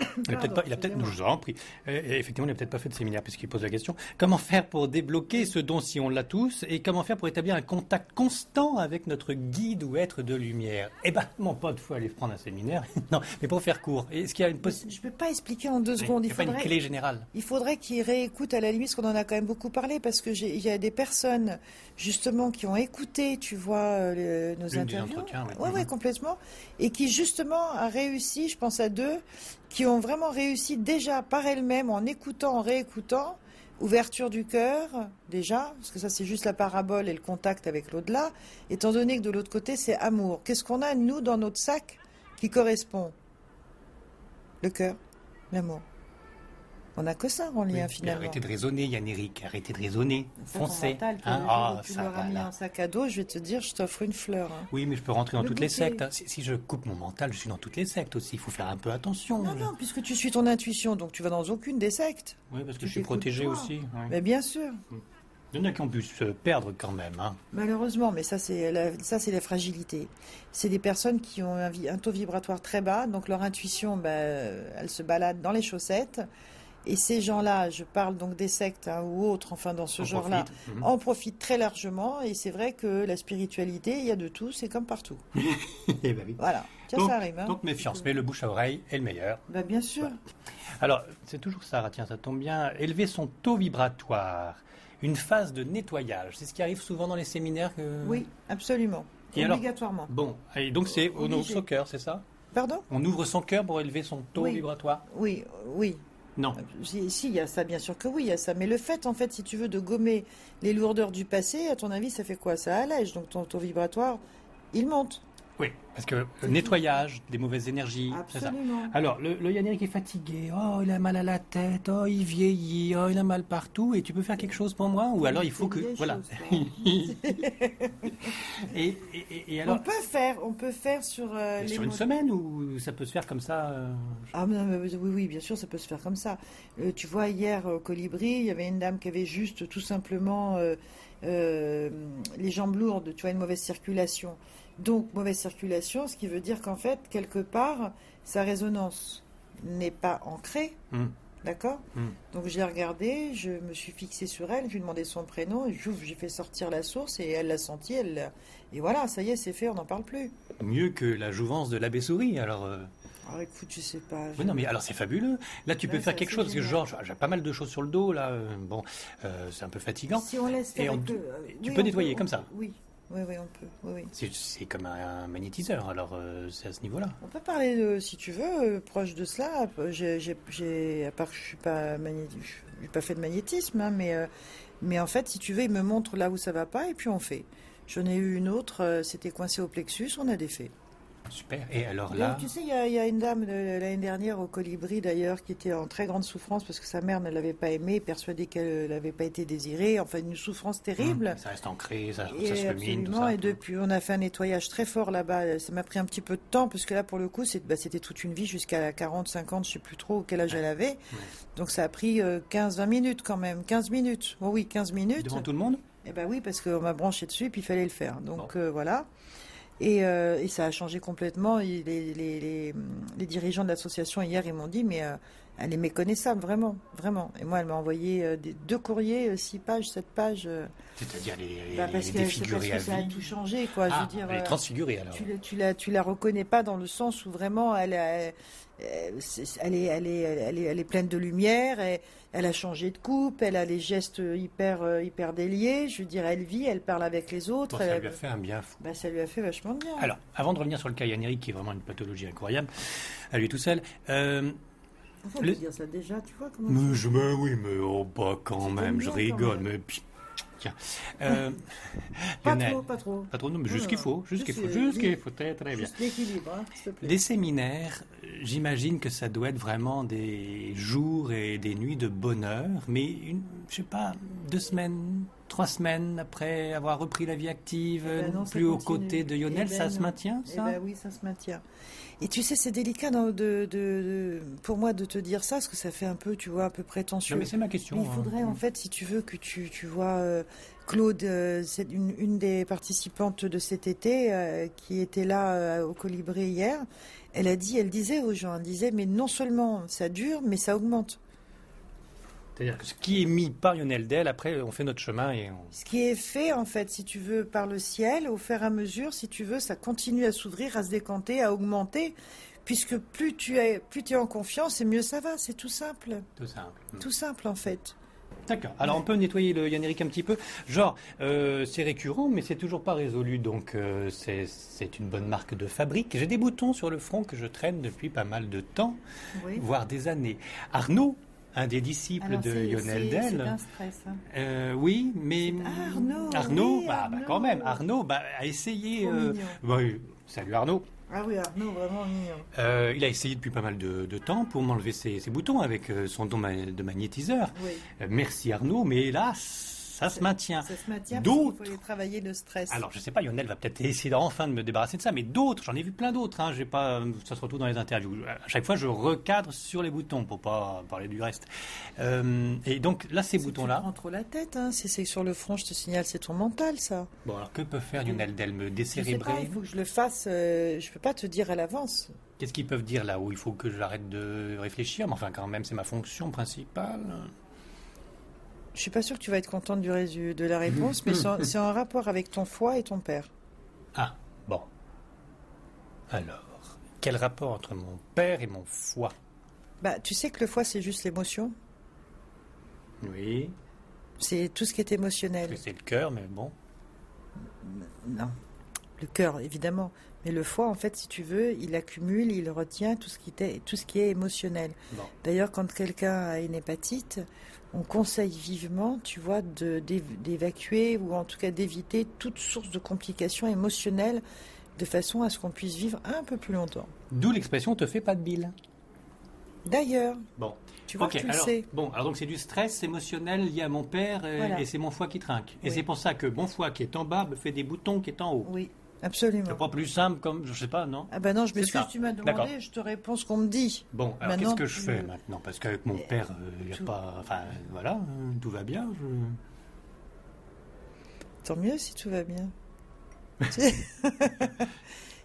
[SPEAKER 1] Il a peut-être
[SPEAKER 2] Pardon,
[SPEAKER 1] pas, il a peut-être,
[SPEAKER 2] excusez-moi.
[SPEAKER 1] je vous en prie. Euh, effectivement, il n'a peut-être pas fait de séminaire puisqu'il pose la question. Comment faire pour débloquer ce don si on l'a tous et comment faire pour établir un contact constant avec notre guide ou être de lumière Eh ben, mon pote, faut aller prendre un séminaire. <laughs> non, mais pour faire court. Est-ce qu'il y a une possibilité
[SPEAKER 2] Je peux pas expliquer en deux
[SPEAKER 1] Il
[SPEAKER 2] secondes.
[SPEAKER 1] n'y
[SPEAKER 2] Il
[SPEAKER 1] a pas une
[SPEAKER 2] faudrait,
[SPEAKER 1] clé générale.
[SPEAKER 2] il faudrait qu'ils réécoutent à la limite, parce qu'on en a quand même beaucoup parlé, parce que j'ai- il y a des personnes justement qui ont écouté, tu vois, euh, le- nos
[SPEAKER 1] Une des
[SPEAKER 2] interviews.
[SPEAKER 1] entretiens, ouais. Mhm.
[SPEAKER 2] ouais, ouais, complètement, et qui justement a réussi. Je pense à deux qui ont vraiment réussi déjà par elles-mêmes en écoutant, en réécoutant. Ouverture du cœur, déjà, parce que ça c'est juste la parabole et le contact avec l'au-delà, étant donné que de l'autre côté c'est amour. Qu'est-ce qu'on a, nous, dans notre sac qui correspond Le cœur, l'amour. On n'a que ça en
[SPEAKER 1] Oui,
[SPEAKER 2] lien
[SPEAKER 1] mais
[SPEAKER 2] euh, finalement.
[SPEAKER 1] Arrêtez de raisonner, Yann Eric. Arrêtez de raisonner.
[SPEAKER 2] Ça, ton
[SPEAKER 1] Foncez.
[SPEAKER 2] mental, toi,
[SPEAKER 1] Hein
[SPEAKER 2] le jour
[SPEAKER 1] Ah,
[SPEAKER 2] où tu
[SPEAKER 1] ça
[SPEAKER 2] l'auras
[SPEAKER 1] va,
[SPEAKER 2] mis
[SPEAKER 1] là.
[SPEAKER 2] en sac à dos, je vais te dire, je t'offre une fleur. hein.
[SPEAKER 1] Oui, mais je peux rentrer dans
[SPEAKER 2] Le
[SPEAKER 1] toutes les
[SPEAKER 2] goûter.
[SPEAKER 1] sectes. hein. Si, si je coupe mon mental, je suis dans toutes les sectes aussi. Il faut faire un peu attention.
[SPEAKER 2] Non, non, puisque tu suis ton intuition, donc tu vas dans aucune des sectes.
[SPEAKER 1] Oui, parce que
[SPEAKER 2] Tu
[SPEAKER 1] je suis
[SPEAKER 2] t'écoutes
[SPEAKER 1] protégé
[SPEAKER 2] toi.
[SPEAKER 1] aussi. oui.
[SPEAKER 2] Mais bien sûr,
[SPEAKER 1] Il y en a qui ont pu se perdre quand même. hein.
[SPEAKER 2] malheureusement, mais ça c'est la, ça c'est la fragilité. C'est des personnes qui ont un, vi- un taux vibratoire très bas, donc leur intuition, ben, euh, elle se balade dans les chaussettes. Et ces gens-là, je parle donc des sectes hein, ou autres, enfin dans ce
[SPEAKER 1] On
[SPEAKER 2] genre-là, Oh.
[SPEAKER 1] profite. Mhm.
[SPEAKER 2] en profitent très largement. Et c'est vrai que la spiritualité, il y a de tout, c'est comme partout.
[SPEAKER 1] <laughs> Eh ben oui.
[SPEAKER 2] Voilà, tiens,
[SPEAKER 1] Donc,
[SPEAKER 2] ça arrive. Hein.
[SPEAKER 1] donc méfiance, mais le bouche à oreille est le meilleur.
[SPEAKER 2] Bah, bien sûr.
[SPEAKER 1] Alors, c'est toujours ça, tiens, ça tombe bien. Élever son taux vibratoire, une phase de nettoyage, c'est ce qui arrive souvent dans les séminaires. que-
[SPEAKER 2] Oui, absolument.
[SPEAKER 1] Et alors-
[SPEAKER 2] Obligatoirement.
[SPEAKER 1] Bon, et donc c'est on ouvre
[SPEAKER 2] Obligé.
[SPEAKER 1] son cœur, c'est ça
[SPEAKER 2] Pardon
[SPEAKER 1] On ouvre son cœur pour élever son taux
[SPEAKER 2] Oui. Euh,
[SPEAKER 1] vibratoire
[SPEAKER 2] Oui, oui.
[SPEAKER 1] Non.
[SPEAKER 2] Si, si, il y a ça, bien sûr que oui, il y a ça. Mais le fait, en fait, si tu veux, de gommer les lourdeurs du passé, à ton avis, ça fait quoi Ça allège. Donc ton taux vibratoire, il monte.
[SPEAKER 1] Oui, parce que le nettoyage des mauvaises énergies, c'est ça.
[SPEAKER 2] Absolument.
[SPEAKER 1] Alors, le, le Yannick est fatigué, oh, il a mal à la tête, oh, il vieillit, oh, il a mal partout, et tu peux faire quelque chose pour moi Ou alors il faut
[SPEAKER 2] C'est une
[SPEAKER 1] que.
[SPEAKER 2] vieille
[SPEAKER 1] Voilà.
[SPEAKER 2] chose, ça.
[SPEAKER 1] Et, et- <laughs> et- et
[SPEAKER 2] on
[SPEAKER 1] alors,
[SPEAKER 2] peut faire, on peut faire sur euh, les
[SPEAKER 1] sur une
[SPEAKER 2] mots-
[SPEAKER 1] semaine ou ça peut se faire comme ça euh,
[SPEAKER 2] Ah non, mais oui, oui, bien sûr, ça peut se faire comme ça. Euh, tu vois, hier euh, au Colibri, il y avait une dame qui avait juste tout simplement euh, euh, les jambes lourdes, tu vois, une mauvaise circulation. Donc, mauvaise circulation, ce qui veut dire qu'en fait, quelque part, sa résonance n'est pas ancrée,
[SPEAKER 1] Hmm.
[SPEAKER 2] d'accord
[SPEAKER 1] Mm.
[SPEAKER 2] Donc, je l'ai regardée, je me suis fixée sur elle, je lui ai demandé son prénom, et j'ouvre, j'ai fait sortir la source, et elle l'a senti, elle, l'a- et voilà, ça y est, c'est fait, on n'en parle plus.
[SPEAKER 1] Mieux que la jouvence de l'abbé Souris, alors. euh,
[SPEAKER 2] Ah, écoute, je sais pas. je-
[SPEAKER 1] Oui, non, mais alors c'est fabuleux. Là, tu
[SPEAKER 2] Là,
[SPEAKER 1] peux
[SPEAKER 2] ça,
[SPEAKER 1] faire quelque
[SPEAKER 2] c'est
[SPEAKER 1] chose, parce que
[SPEAKER 2] génial.
[SPEAKER 1] genre, j'ai pas mal de choses sur le dos, là. euh, bon, euh, c'est un peu fatigant.
[SPEAKER 2] Si on laisse
[SPEAKER 1] Et
[SPEAKER 2] faire
[SPEAKER 1] on-
[SPEAKER 2] avec eux, euh,
[SPEAKER 1] tu
[SPEAKER 2] oui,
[SPEAKER 1] peux
[SPEAKER 2] on
[SPEAKER 1] nettoyer
[SPEAKER 2] on
[SPEAKER 1] comme ça.
[SPEAKER 2] Oui, oui, oui, on peut. Oui, oui.
[SPEAKER 1] C'est- C'est comme un magnétiseur, alors euh, c'est à ce niveau-là.
[SPEAKER 2] On peut parler, de, si tu veux, euh, proche de cela. J'ai, j'ai- j'ai- à part que je suis pas magné- je n'ai pas fait de magnétisme, hein, mais, euh, mais en fait, si tu veux, il me montre là où ça va pas et puis on fait. J'en ai eu une autre, euh, c'était coincé au plexus, on a défait.
[SPEAKER 1] Super. Et alors là,
[SPEAKER 2] D'ailleurs, tu sais, il y, a- il y a une dame euh, l'année dernière au Colibri d'ailleurs qui était en très grande souffrance parce que sa mère ne l'avait pas aimée, persuadée qu'elle n'avait pas été désirée, enfin une souffrance terrible.
[SPEAKER 1] hein, ça reste ancré, ça,
[SPEAKER 2] Et
[SPEAKER 1] ça se rumine, tout
[SPEAKER 2] absolument,
[SPEAKER 1] ça.
[SPEAKER 2] et depuis, on a fait un nettoyage très fort là-bas. Euh, Ça m'a pris un petit peu de temps, parce que là, pour le coup, c'est- bah, c'était toute une vie jusqu'à 40, 50, je sais plus trop quel âge elle avait. Donc ça a pris euh, 15, 20 minutes quand même. 15 minutes. Oh oui, 15 minutes.
[SPEAKER 1] Devant tout le monde
[SPEAKER 2] Eh ben oui, parce qu'on m'a branché dessus, puis il fallait le faire. Donc
[SPEAKER 1] Bon.
[SPEAKER 2] euh, voilà. Et, euh, et ça a changé complètement. Et Les, les- les- les dirigeants de l'association hier, ils m'ont dit, mais euh, elle est méconnaissable, vraiment, vraiment. Et moi, elle m'a envoyé euh, des- deux courriers, euh, six pages, sept pages. euh,
[SPEAKER 1] C'est-à-dire les,
[SPEAKER 2] bah,
[SPEAKER 1] les
[SPEAKER 2] parce que c'est parce
[SPEAKER 1] défigurés
[SPEAKER 2] que ça
[SPEAKER 1] à
[SPEAKER 2] a
[SPEAKER 1] vie.
[SPEAKER 2] tout changé, quoi.
[SPEAKER 1] Ah,
[SPEAKER 2] je veux dire,
[SPEAKER 1] les
[SPEAKER 2] euh,
[SPEAKER 1] transfigurés, alors.
[SPEAKER 2] tu, la- tu la, tu la reconnais pas dans le sens où vraiment elle, a- euh, c'est- elle, est, elle, est, elle, est, elle est pleine de lumière, et, elle a changé de coupe, elle a les gestes hyper, euh, hyper déliés. Je veux dire, elle vit, elle parle avec les autres.
[SPEAKER 1] Bon, ça
[SPEAKER 2] elle-
[SPEAKER 1] lui a fait un bien fou.
[SPEAKER 2] bah, ça lui a fait vachement de bien.
[SPEAKER 1] Alors, avant de revenir sur le cas Yannick, qui est vraiment une pathologie incroyable, à lui tout seul, euh,
[SPEAKER 2] Enfin,
[SPEAKER 1] le-
[SPEAKER 2] de dire ça déjà, tu vois comment.
[SPEAKER 1] Mais je, mais oui, mais oh, pas quand
[SPEAKER 2] C'était
[SPEAKER 1] même,
[SPEAKER 2] bien,
[SPEAKER 1] je
[SPEAKER 2] quand
[SPEAKER 1] rigole,
[SPEAKER 2] même.
[SPEAKER 1] mais puis-
[SPEAKER 2] <laughs>
[SPEAKER 1] tiens. Euh,
[SPEAKER 2] Pas
[SPEAKER 1] Lionel,
[SPEAKER 2] trop, pas trop.
[SPEAKER 1] pas trop, non, mais juste
[SPEAKER 2] Non,
[SPEAKER 1] ce qu'il
[SPEAKER 2] non,
[SPEAKER 1] faut, juste ce qu'il
[SPEAKER 2] juste,
[SPEAKER 1] faut,
[SPEAKER 2] euh,
[SPEAKER 1] juste ce qu'il
[SPEAKER 2] juste-
[SPEAKER 1] faut, très très Eh bien.
[SPEAKER 2] Juste l'équilibre, hein, s'il te plaît.
[SPEAKER 1] Les séminaires, euh, j'imagine que ça doit être vraiment des jours et des nuits de bonheur, mais une, je sais pas, deux semaines, trois semaines après avoir repris la vie active,
[SPEAKER 2] Eh ben non, ça
[SPEAKER 1] plus aux
[SPEAKER 2] continue.
[SPEAKER 1] côtés de
[SPEAKER 2] Eh
[SPEAKER 1] Lionel,
[SPEAKER 2] ben
[SPEAKER 1] ça
[SPEAKER 2] non.
[SPEAKER 1] se maintient,
[SPEAKER 2] Eh
[SPEAKER 1] ça
[SPEAKER 2] ben oui, ça se maintient. Et tu sais, c'est délicat dans- de, de- de- pour moi de te dire ça, parce que ça fait un peu, tu vois, un peu prétentieux.
[SPEAKER 1] Non, mais c'est ma
[SPEAKER 2] Mais
[SPEAKER 1] question.
[SPEAKER 2] il faudrait,
[SPEAKER 1] hein.
[SPEAKER 2] en fait, si tu veux, que tu, tu vois euh, Claude, euh, c'est une, une des participantes de cet été euh, qui était là euh, au Colibré hier. Elle a dit, elle disait aux gens, elle disait, mais non seulement ça dure, mais ça augmente.
[SPEAKER 1] C'est-à-dire que ce qui est mis par Lionel Dell, après, on fait notre chemin et on.
[SPEAKER 2] Ce qui est fait, en fait, si tu veux, par le ciel, au fur et à mesure, si tu veux, ça continue à s'ouvrir, à se décanter, à augmenter, puisque plus tu es, plus tu es en confiance, et mieux ça va. C'est tout simple,
[SPEAKER 1] Tout simple.
[SPEAKER 2] tout simple, en fait.
[SPEAKER 1] D'accord. Alors on peut nettoyer le Yannick un petit peu. Genre, euh, c'est récurrent, mais c'est toujours pas résolu, donc euh, c'est- c'est une bonne marque de fabrique. J'ai des boutons sur le front que je traîne depuis pas mal de temps,
[SPEAKER 3] Oui.
[SPEAKER 1] voire des années. Arnaud, un des disciples
[SPEAKER 3] Alors,
[SPEAKER 1] de
[SPEAKER 3] c'est-
[SPEAKER 1] Lionel
[SPEAKER 3] c'est- C'est
[SPEAKER 1] Dell,
[SPEAKER 3] un stress. hein.
[SPEAKER 1] euh, oui, mais
[SPEAKER 2] Ah, Arnaud,
[SPEAKER 1] Arnaud,
[SPEAKER 2] oui,
[SPEAKER 1] bah, bah,
[SPEAKER 2] Arnaud.
[SPEAKER 1] quand même, Arnaud bah, a essayé.
[SPEAKER 2] Trop
[SPEAKER 1] euh,
[SPEAKER 2] mignon.
[SPEAKER 1] bah, euh, salut Arnaud.
[SPEAKER 2] Ah oui, Arnaud, vraiment mignon.
[SPEAKER 1] Euh, il a essayé depuis pas mal de, de temps pour m'enlever ses, ses boutons avec euh, son don ma- de magnétiseur.
[SPEAKER 2] Oui,
[SPEAKER 1] Euh, merci Arnaud, mais hélas, ça se maintient.
[SPEAKER 2] ça se maintient.
[SPEAKER 1] Hein, D'autres-
[SPEAKER 2] D'autres. Il faut aller travailler le stress.
[SPEAKER 1] Alors, je sais pas, Lionel va peut-être essayer d'en- enfin de me débarrasser de ça, mais d'autres, j'en ai vu plein d'autres. Hein, j'ai pas, ça se retrouve dans les interviews. À chaque fois, je recadre sur les boutons pour pas parler du reste. Euh, et donc là, ces
[SPEAKER 2] Si tu te
[SPEAKER 1] boutons-là.
[SPEAKER 2] prends trop la tête, hein, si c'est sur le front, je te signale, c'est ton mental, ça.
[SPEAKER 1] Bon, alors que peut faire Lionel Del me
[SPEAKER 2] Je sais pas,
[SPEAKER 1] décérébrer
[SPEAKER 2] il faut que je le fasse. euh, je peux pas te dire à l'avance.
[SPEAKER 1] Qu'est-ce qu'ils peuvent dire là-haut Il faut que j'arrête de réfléchir, mais enfin, quand même, c'est ma fonction principale.
[SPEAKER 2] Je suis pas sûre que tu vas être contente du résu- de la réponse, mais c'est en- c'est en rapport avec ton foie et ton père.
[SPEAKER 1] Ah, bon. Alors, quel rapport entre mon père et mon foie
[SPEAKER 2] Bah, tu sais que le foie, c'est juste l'émotion.
[SPEAKER 1] Oui.
[SPEAKER 2] C'est tout ce qui est
[SPEAKER 1] Parce que
[SPEAKER 2] émotionnel.
[SPEAKER 1] c'est le cœur, mais bon.
[SPEAKER 2] Non. Le cœur, évidemment. Mais le foie, en fait, si tu veux, il accumule, il retient tout ce qui, t'est- tout ce qui est émotionnel.
[SPEAKER 1] Bon.
[SPEAKER 2] D'ailleurs, quand quelqu'un a une hépatite, on conseille vivement, tu vois, de- d'év- d'évacuer ou en tout cas d'éviter toute source de complications émotionnelles de façon à ce qu'on puisse vivre un peu plus longtemps.
[SPEAKER 1] D'où l'expression te fait pas de bile.
[SPEAKER 2] D'ailleurs,
[SPEAKER 1] Bon.
[SPEAKER 2] tu vois
[SPEAKER 1] Ok,
[SPEAKER 2] que tu le
[SPEAKER 1] alors,
[SPEAKER 2] sais.
[SPEAKER 1] Bon, alors donc c'est du stress émotionnel lié à mon père et,
[SPEAKER 2] Voilà.
[SPEAKER 1] et c'est mon foie qui trinque. Et
[SPEAKER 2] Oui.
[SPEAKER 1] c'est pour ça que mon foie qui est en bas me fait des boutons qui est en haut.
[SPEAKER 2] Oui, absolument.
[SPEAKER 1] C'est pas plus simple comme, je sais pas, non
[SPEAKER 2] Ah ben non, je
[SPEAKER 1] C'est
[SPEAKER 2] m'excuse,
[SPEAKER 1] ça.
[SPEAKER 2] tu m'as
[SPEAKER 1] D'accord.
[SPEAKER 2] demandé, je te réponds ce qu'on me dit.
[SPEAKER 1] Bon, alors
[SPEAKER 2] Maintenant,
[SPEAKER 1] qu'est-ce que je
[SPEAKER 2] tu-
[SPEAKER 1] fais maintenant Parce qu'avec mon père, il a
[SPEAKER 2] tout-
[SPEAKER 1] pas. Enfin, voilà, euh, tout va bien. je-
[SPEAKER 2] Tant mieux si tout va
[SPEAKER 1] <laughs>
[SPEAKER 2] bien.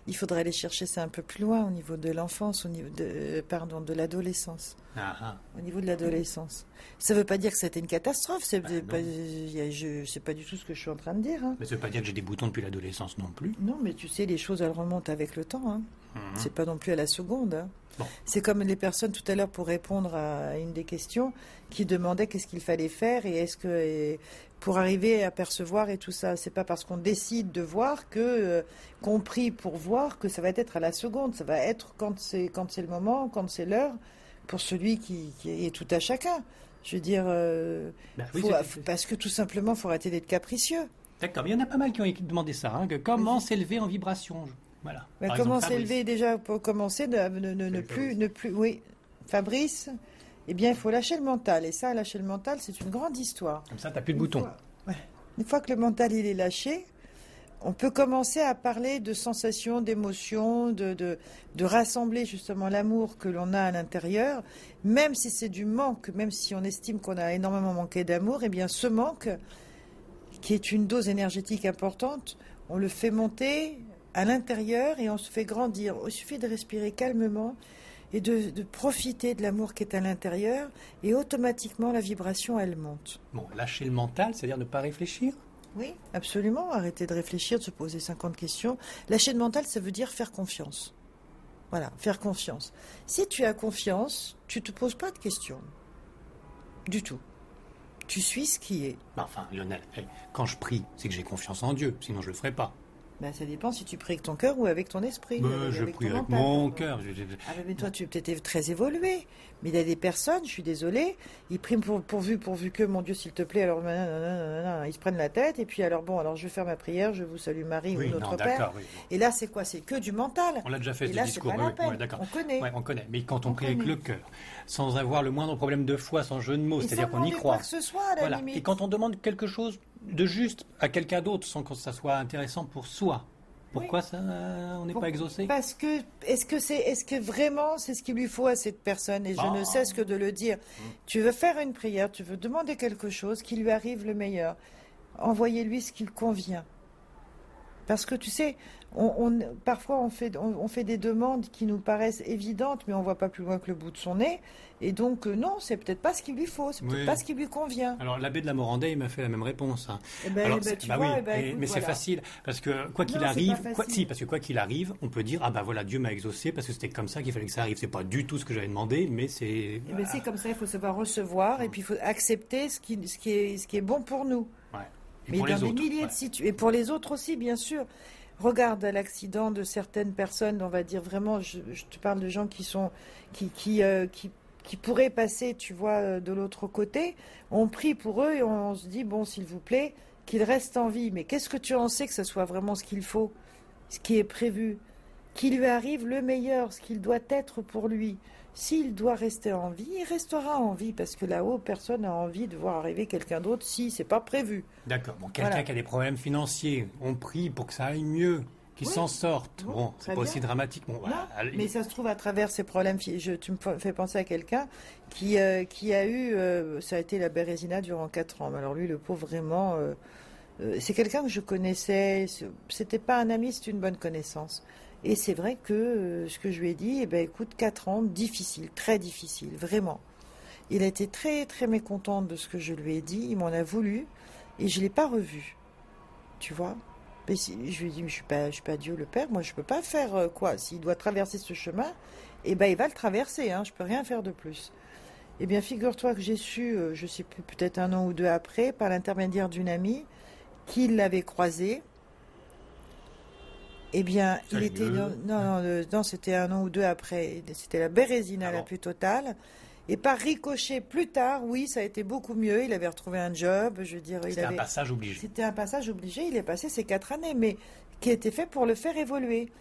[SPEAKER 2] Il faudrait aller chercher ça un peu plus loin au niveau de l'enfance, au niveau de, euh, pardon, de l'adolescence.
[SPEAKER 1] Ah, ah.
[SPEAKER 2] Au niveau de l'adolescence. Ça ne veut pas dire que c'était une catastrophe. C'est
[SPEAKER 1] Bah, non.
[SPEAKER 2] pas, il y a- je- c'est pas du tout ce que je suis en train de dire. hein.
[SPEAKER 1] Mais ça veut pas dire que j'ai des boutons depuis l'adolescence non plus.
[SPEAKER 2] Non, mais tu sais, les choses elles remontent avec le temps. hein. C'est pas non plus à la seconde. hein.
[SPEAKER 1] Bon.
[SPEAKER 2] C'est comme les personnes tout à l'heure pour répondre à une des questions qui demandaient qu'est-ce qu'il fallait faire et est-ce que et pour arriver à percevoir et tout ça, c'est pas parce qu'on décide de voir que euh, compris pour voir que ça va être à la seconde, ça va être quand c'est quand c'est le moment, quand c'est l'heure pour celui qui, qui est tout à chacun. Je veux dire, euh,
[SPEAKER 1] Bah oui,
[SPEAKER 2] faut-
[SPEAKER 1] c'est-
[SPEAKER 2] faut- parce que tout simplement, faut arrêter d'être capricieux.
[SPEAKER 1] D'accord, mais il y en a pas mal qui ont demandé ça, hein, que comment s'élever en vibration. je- Voilà.
[SPEAKER 2] Mais
[SPEAKER 1] Par
[SPEAKER 2] comment
[SPEAKER 1] exemple, Fabrice.
[SPEAKER 2] s'élever déjà pour commencer de- ne, ne- ne
[SPEAKER 1] Oui,
[SPEAKER 2] plus
[SPEAKER 1] Fabrice.
[SPEAKER 2] ne plus oui Fabrice eh bien il faut lâcher le mental et ça lâcher le mental c'est une grande histoire
[SPEAKER 1] Comme ça, t'as plus de bouton.
[SPEAKER 2] une fois que le mental il est lâché on peut commencer à parler de sensations d'émotions de, de de rassembler justement l'amour que l'on a à l'intérieur même si c'est du manque même si on estime qu'on a énormément manqué d'amour eh bien ce manque qui est une dose énergétique importante, on le fait monter à l'intérieur et on se fait grandir. Il suffit de respirer calmement et de, de profiter de l'amour qui est à l'intérieur et automatiquement la vibration elle monte.
[SPEAKER 1] Bon, lâcher le mental, c'est-à-dire ne pas réfléchir.
[SPEAKER 2] Oui, absolument. Arrêter de réfléchir, de se poser 50 questions. Lâcher de mental, ça veut dire faire confiance. Voilà, faire confiance. Si tu as confiance, tu te poses pas de questions. Du tout. Tu suis ce qui est.
[SPEAKER 1] Mais Bah, Enfin, Lionel, hey, quand je prie, c'est que j'ai confiance en Dieu, sinon je le ferais pas.
[SPEAKER 2] Ben, ça dépend si tu pries avec ton cœur ou avec ton esprit.
[SPEAKER 1] Ben,
[SPEAKER 2] avec-
[SPEAKER 1] je
[SPEAKER 2] avec
[SPEAKER 1] prie
[SPEAKER 2] ton
[SPEAKER 1] avec
[SPEAKER 2] mental,
[SPEAKER 1] mon
[SPEAKER 2] pardon.
[SPEAKER 1] cœur. je- je-
[SPEAKER 2] Ah ben, mais toi, tu es peut-être très évolué. Mais il y a des personnes, je suis désolée, ils priment pour, pourvu, pourvu que, mon Dieu, s'il te plaît, alors nanana, nanana, ils se prennent la tête et puis alors bon, alors je vais faire ma prière, je vous salue Marie
[SPEAKER 1] Oui,
[SPEAKER 2] ou notre
[SPEAKER 1] non,
[SPEAKER 2] Père.
[SPEAKER 1] d'accord, oui, bon.
[SPEAKER 2] Et là, c'est quoi C'est que du mental.
[SPEAKER 1] On l'a déjà fait,
[SPEAKER 2] Et
[SPEAKER 1] ce
[SPEAKER 2] là, c'est
[SPEAKER 1] discours.
[SPEAKER 2] pas
[SPEAKER 1] oui,
[SPEAKER 2] la
[SPEAKER 1] oui,
[SPEAKER 2] peine.
[SPEAKER 1] ouais, d'accord.
[SPEAKER 2] On connaît.
[SPEAKER 1] Ouais, on connaît. Mais quand on,
[SPEAKER 2] On
[SPEAKER 1] prie avec
[SPEAKER 2] connaît.
[SPEAKER 1] le cœur, sans avoir le moindre problème de foi, sans jeu de mots,
[SPEAKER 2] Et
[SPEAKER 1] Oh, c'est-à-dire
[SPEAKER 2] sans
[SPEAKER 1] qu'on y
[SPEAKER 2] demander
[SPEAKER 1] croit.
[SPEAKER 2] quoi que ce soit, à la
[SPEAKER 1] voilà.
[SPEAKER 2] limite.
[SPEAKER 1] Et quand on demande quelque chose de juste à quelqu'un d'autre, sans que ça soit intéressant pour soi, pourquoi ça, on n'est
[SPEAKER 2] Pour-
[SPEAKER 1] pas exaucé
[SPEAKER 2] Parce que est-ce que c'est est-ce que vraiment c'est ce qu'il lui faut à cette personne et
[SPEAKER 1] Bah.
[SPEAKER 2] je ne cesse que de le dire.
[SPEAKER 1] Hum.
[SPEAKER 2] Tu veux faire une prière, tu veux demander quelque chose qui lui arrive le meilleur. Envoyez-lui ce qu'il convient. Parce que tu sais, on, on- parfois on fait, on, on fait des demandes qui nous paraissent évidentes, mais on voit pas plus loin que le bout de son nez. Et donc euh, non, c'est peut-être pas ce qu'il lui faut, c'est peut-être
[SPEAKER 1] Oui.
[SPEAKER 2] pas ce qui lui convient.
[SPEAKER 1] Alors l'abbé de la Morandais, il m'a fait la même réponse. hein.
[SPEAKER 2] Eh ben,
[SPEAKER 1] Alors,
[SPEAKER 2] eh ben,
[SPEAKER 1] c'est-
[SPEAKER 2] tu
[SPEAKER 1] bah
[SPEAKER 2] vois,
[SPEAKER 1] oui,
[SPEAKER 2] eh ben,
[SPEAKER 1] mais-
[SPEAKER 2] écoute,
[SPEAKER 1] mais c'est
[SPEAKER 2] voilà.
[SPEAKER 1] facile parce que quoi qu'il
[SPEAKER 2] Non, c'est
[SPEAKER 1] arrive,
[SPEAKER 2] pas
[SPEAKER 1] quoi,
[SPEAKER 2] facile.
[SPEAKER 1] si parce que quoi qu'il arrive, on peut dire ah bah voilà Dieu m'a exaucé parce que c'était comme ça qu'il fallait que ça arrive. C'est pas du tout ce que j'avais demandé, mais c'est
[SPEAKER 2] Eh ben, c'est comme ça, il faut savoir recevoir et puis il faut accepter ce qui, ce qui, est, ce qui est bon pour nous.
[SPEAKER 1] Ouais. Et
[SPEAKER 2] Mais
[SPEAKER 1] pour
[SPEAKER 2] dans
[SPEAKER 1] les
[SPEAKER 2] des
[SPEAKER 1] autres,
[SPEAKER 2] milliers
[SPEAKER 1] ouais.
[SPEAKER 2] de situations. Et pour les autres aussi, bien sûr. Regarde à l'accident de certaines personnes, on va dire vraiment, je, je te parle de gens qui sont, qui, qui, euh, qui, qui pourraient passer, tu vois, euh, de l'autre côté. On prie pour eux et on, se dit, bon, s'il vous plaît, qu'ils restent en vie. Mais qu'est-ce que tu en sais que ce soit vraiment ce qu'il faut, ce qui est prévu, qu'il lui arrive le meilleur, ce qu'il doit être pour lui. S'il doit rester en vie, il restera en vie parce que là-haut, personne n'a envie de voir arriver quelqu'un d'autre si c'est pas prévu.
[SPEAKER 1] D'accord. Bon, quelqu'un
[SPEAKER 2] Voilà.
[SPEAKER 1] qui a des problèmes financiers, on prie pour que ça aille mieux, qu'il
[SPEAKER 2] Oui.
[SPEAKER 1] s'en sorte.
[SPEAKER 2] Bon,
[SPEAKER 1] Bon,
[SPEAKER 2] très
[SPEAKER 1] c'est pas aussi
[SPEAKER 2] bien.
[SPEAKER 1] dramatique. Bon, voilà.
[SPEAKER 2] Non, mais ça se trouve à travers ces problèmes. fi- Je, tu me fa- fais penser à quelqu'un qui, euh, qui a eu, euh, ça a été la Bérésina durant 4 ans. Mais Alors lui, le pauvre, vraiment, euh, euh, c'est quelqu'un que je connaissais. C'est- C'était pas un ami, c'est une bonne connaissance. Et c'est vrai que euh, ce que je lui ai dit, eh ben, écoute, 4 ans, difficile, très difficile, vraiment. Il a été très, très mécontent de ce que je lui ai dit. Il m'en a voulu et je ne l'ai pas revu. Tu vois mais si- je lui ai dit, mais je suis pas, je suis pas Dieu le Père, moi je peux pas faire euh, quoi. S'il doit traverser ce chemin, eh ben il va le traverser, hein, je peux rien faire de plus. Eh bien, figure-toi que j'ai su, euh, je sais plus, peut-être un an ou deux après, par l'intermédiaire d'une amie, qu'il l'avait croisé. Eh bien, il
[SPEAKER 1] Salut.
[SPEAKER 2] était dans, non, non, le- non, c'était un an ou deux après, c'était la bérésina
[SPEAKER 1] Ah
[SPEAKER 2] la
[SPEAKER 1] bon
[SPEAKER 2] plus totale. Et par ricochet, plus tard, oui, ça a été beaucoup mieux. Il avait retrouvé un job, je veux dire, il
[SPEAKER 1] C'était un
[SPEAKER 2] avait.
[SPEAKER 1] passage obligé.
[SPEAKER 2] C'était un passage obligé, il est passé ces quatre années, mais qui était fait pour le faire évoluer.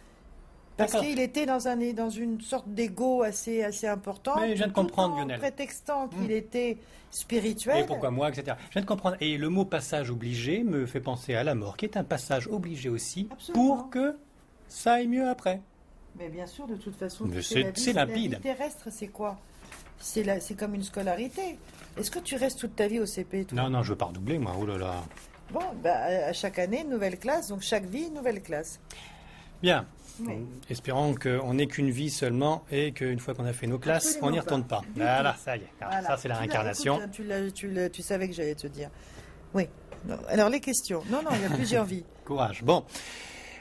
[SPEAKER 2] Parce
[SPEAKER 1] D'accord.
[SPEAKER 2] qu'il était dans, un, dans une sorte d'ego assez, assez important.
[SPEAKER 1] Mais je viens de
[SPEAKER 2] tout
[SPEAKER 1] comprendre,
[SPEAKER 2] en
[SPEAKER 1] Lionel.
[SPEAKER 2] prétextant qu'il
[SPEAKER 1] Mm.
[SPEAKER 2] était
[SPEAKER 1] Et
[SPEAKER 2] spirituel.
[SPEAKER 1] pourquoi moi, etc. Je viens de comprendre. Et le mot passage obligé me fait penser à la mort, qui est un passage obligé aussi
[SPEAKER 2] Absolument.
[SPEAKER 1] pour que ça aille mieux après.
[SPEAKER 2] Mais bien sûr, de toute façon,
[SPEAKER 1] Mais
[SPEAKER 2] tu sais,
[SPEAKER 1] c'est-
[SPEAKER 2] la vie-
[SPEAKER 1] c'est
[SPEAKER 2] la
[SPEAKER 1] limpide.
[SPEAKER 2] vie terrestre, c'est quoi C'est la- c'est comme une scolarité. Est-ce que tu restes toute ta vie au E CP toi
[SPEAKER 1] Non, non, je veux pas redoubler, moi. Oh là là.
[SPEAKER 2] Bon, bah, à à chaque année, une nouvelle classe, donc chaque vie, une nouvelle classe.
[SPEAKER 1] Bien.
[SPEAKER 2] Oui.
[SPEAKER 1] Espérons qu'on n'ait qu'une vie seulement et qu'une fois qu'on a fait nos classes, on n'y
[SPEAKER 2] Absolument
[SPEAKER 1] retourne pas.
[SPEAKER 2] pas. Du
[SPEAKER 1] Voilà, ça y est. Alors,
[SPEAKER 2] Voilà.
[SPEAKER 1] Ah, Ça, c'est la
[SPEAKER 2] Tu l'as-
[SPEAKER 1] réincarnation.
[SPEAKER 2] écoute, Tu, l'as- tu l'as- tu savais que
[SPEAKER 1] <laughs>
[SPEAKER 2] j'allais te dire. Oui. Non. Alors, les questions. Non, non, il y a plusieurs vies.
[SPEAKER 1] Courage. Bon.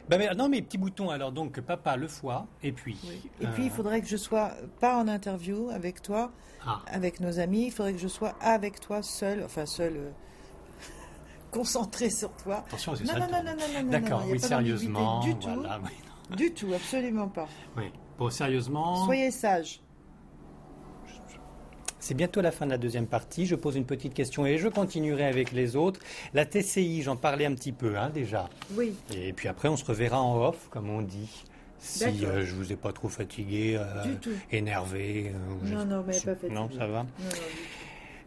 [SPEAKER 1] Ben, mais- non, mais petits boutons, alors donc papa, le foie, et puis.
[SPEAKER 2] Et
[SPEAKER 1] euh,
[SPEAKER 2] puis, il faudrait que je sois pas en interview avec toi,
[SPEAKER 1] Ah,
[SPEAKER 2] avec nos amis. Il faudrait que je sois avec toi seul, enfin seul, <laughs> concentré sur toi.
[SPEAKER 1] attention, c'est
[SPEAKER 2] Non,
[SPEAKER 1] ça
[SPEAKER 2] non,
[SPEAKER 1] le
[SPEAKER 2] non,
[SPEAKER 1] temps.
[SPEAKER 2] non, non, non, non,
[SPEAKER 1] D'accord,
[SPEAKER 2] non, il y a
[SPEAKER 1] oui,
[SPEAKER 2] pas d'ambiguïté
[SPEAKER 1] sérieusement.
[SPEAKER 2] Du tout,
[SPEAKER 1] Voilà, oui, non,
[SPEAKER 2] du tout, absolument pas.
[SPEAKER 1] oui. Bon, sérieusement.
[SPEAKER 2] Soyez sages.
[SPEAKER 1] C'est bientôt la fin de la deuxième partie. Je pose une petite question et je continuerai avec les autres. La TCI, j'en parlais un petit peu hein, déjà.
[SPEAKER 2] Oui.
[SPEAKER 1] Et puis après, on se reverra en off, comme on dit. Si
[SPEAKER 2] D'accord.
[SPEAKER 1] euh, je vous ai pas trop fatigué, euh,
[SPEAKER 2] Du tout.
[SPEAKER 1] énervé. euh, ou je-
[SPEAKER 2] Non, non, mais
[SPEAKER 1] je-
[SPEAKER 2] pas fatigué.
[SPEAKER 1] Non, ça va.
[SPEAKER 2] Non, non,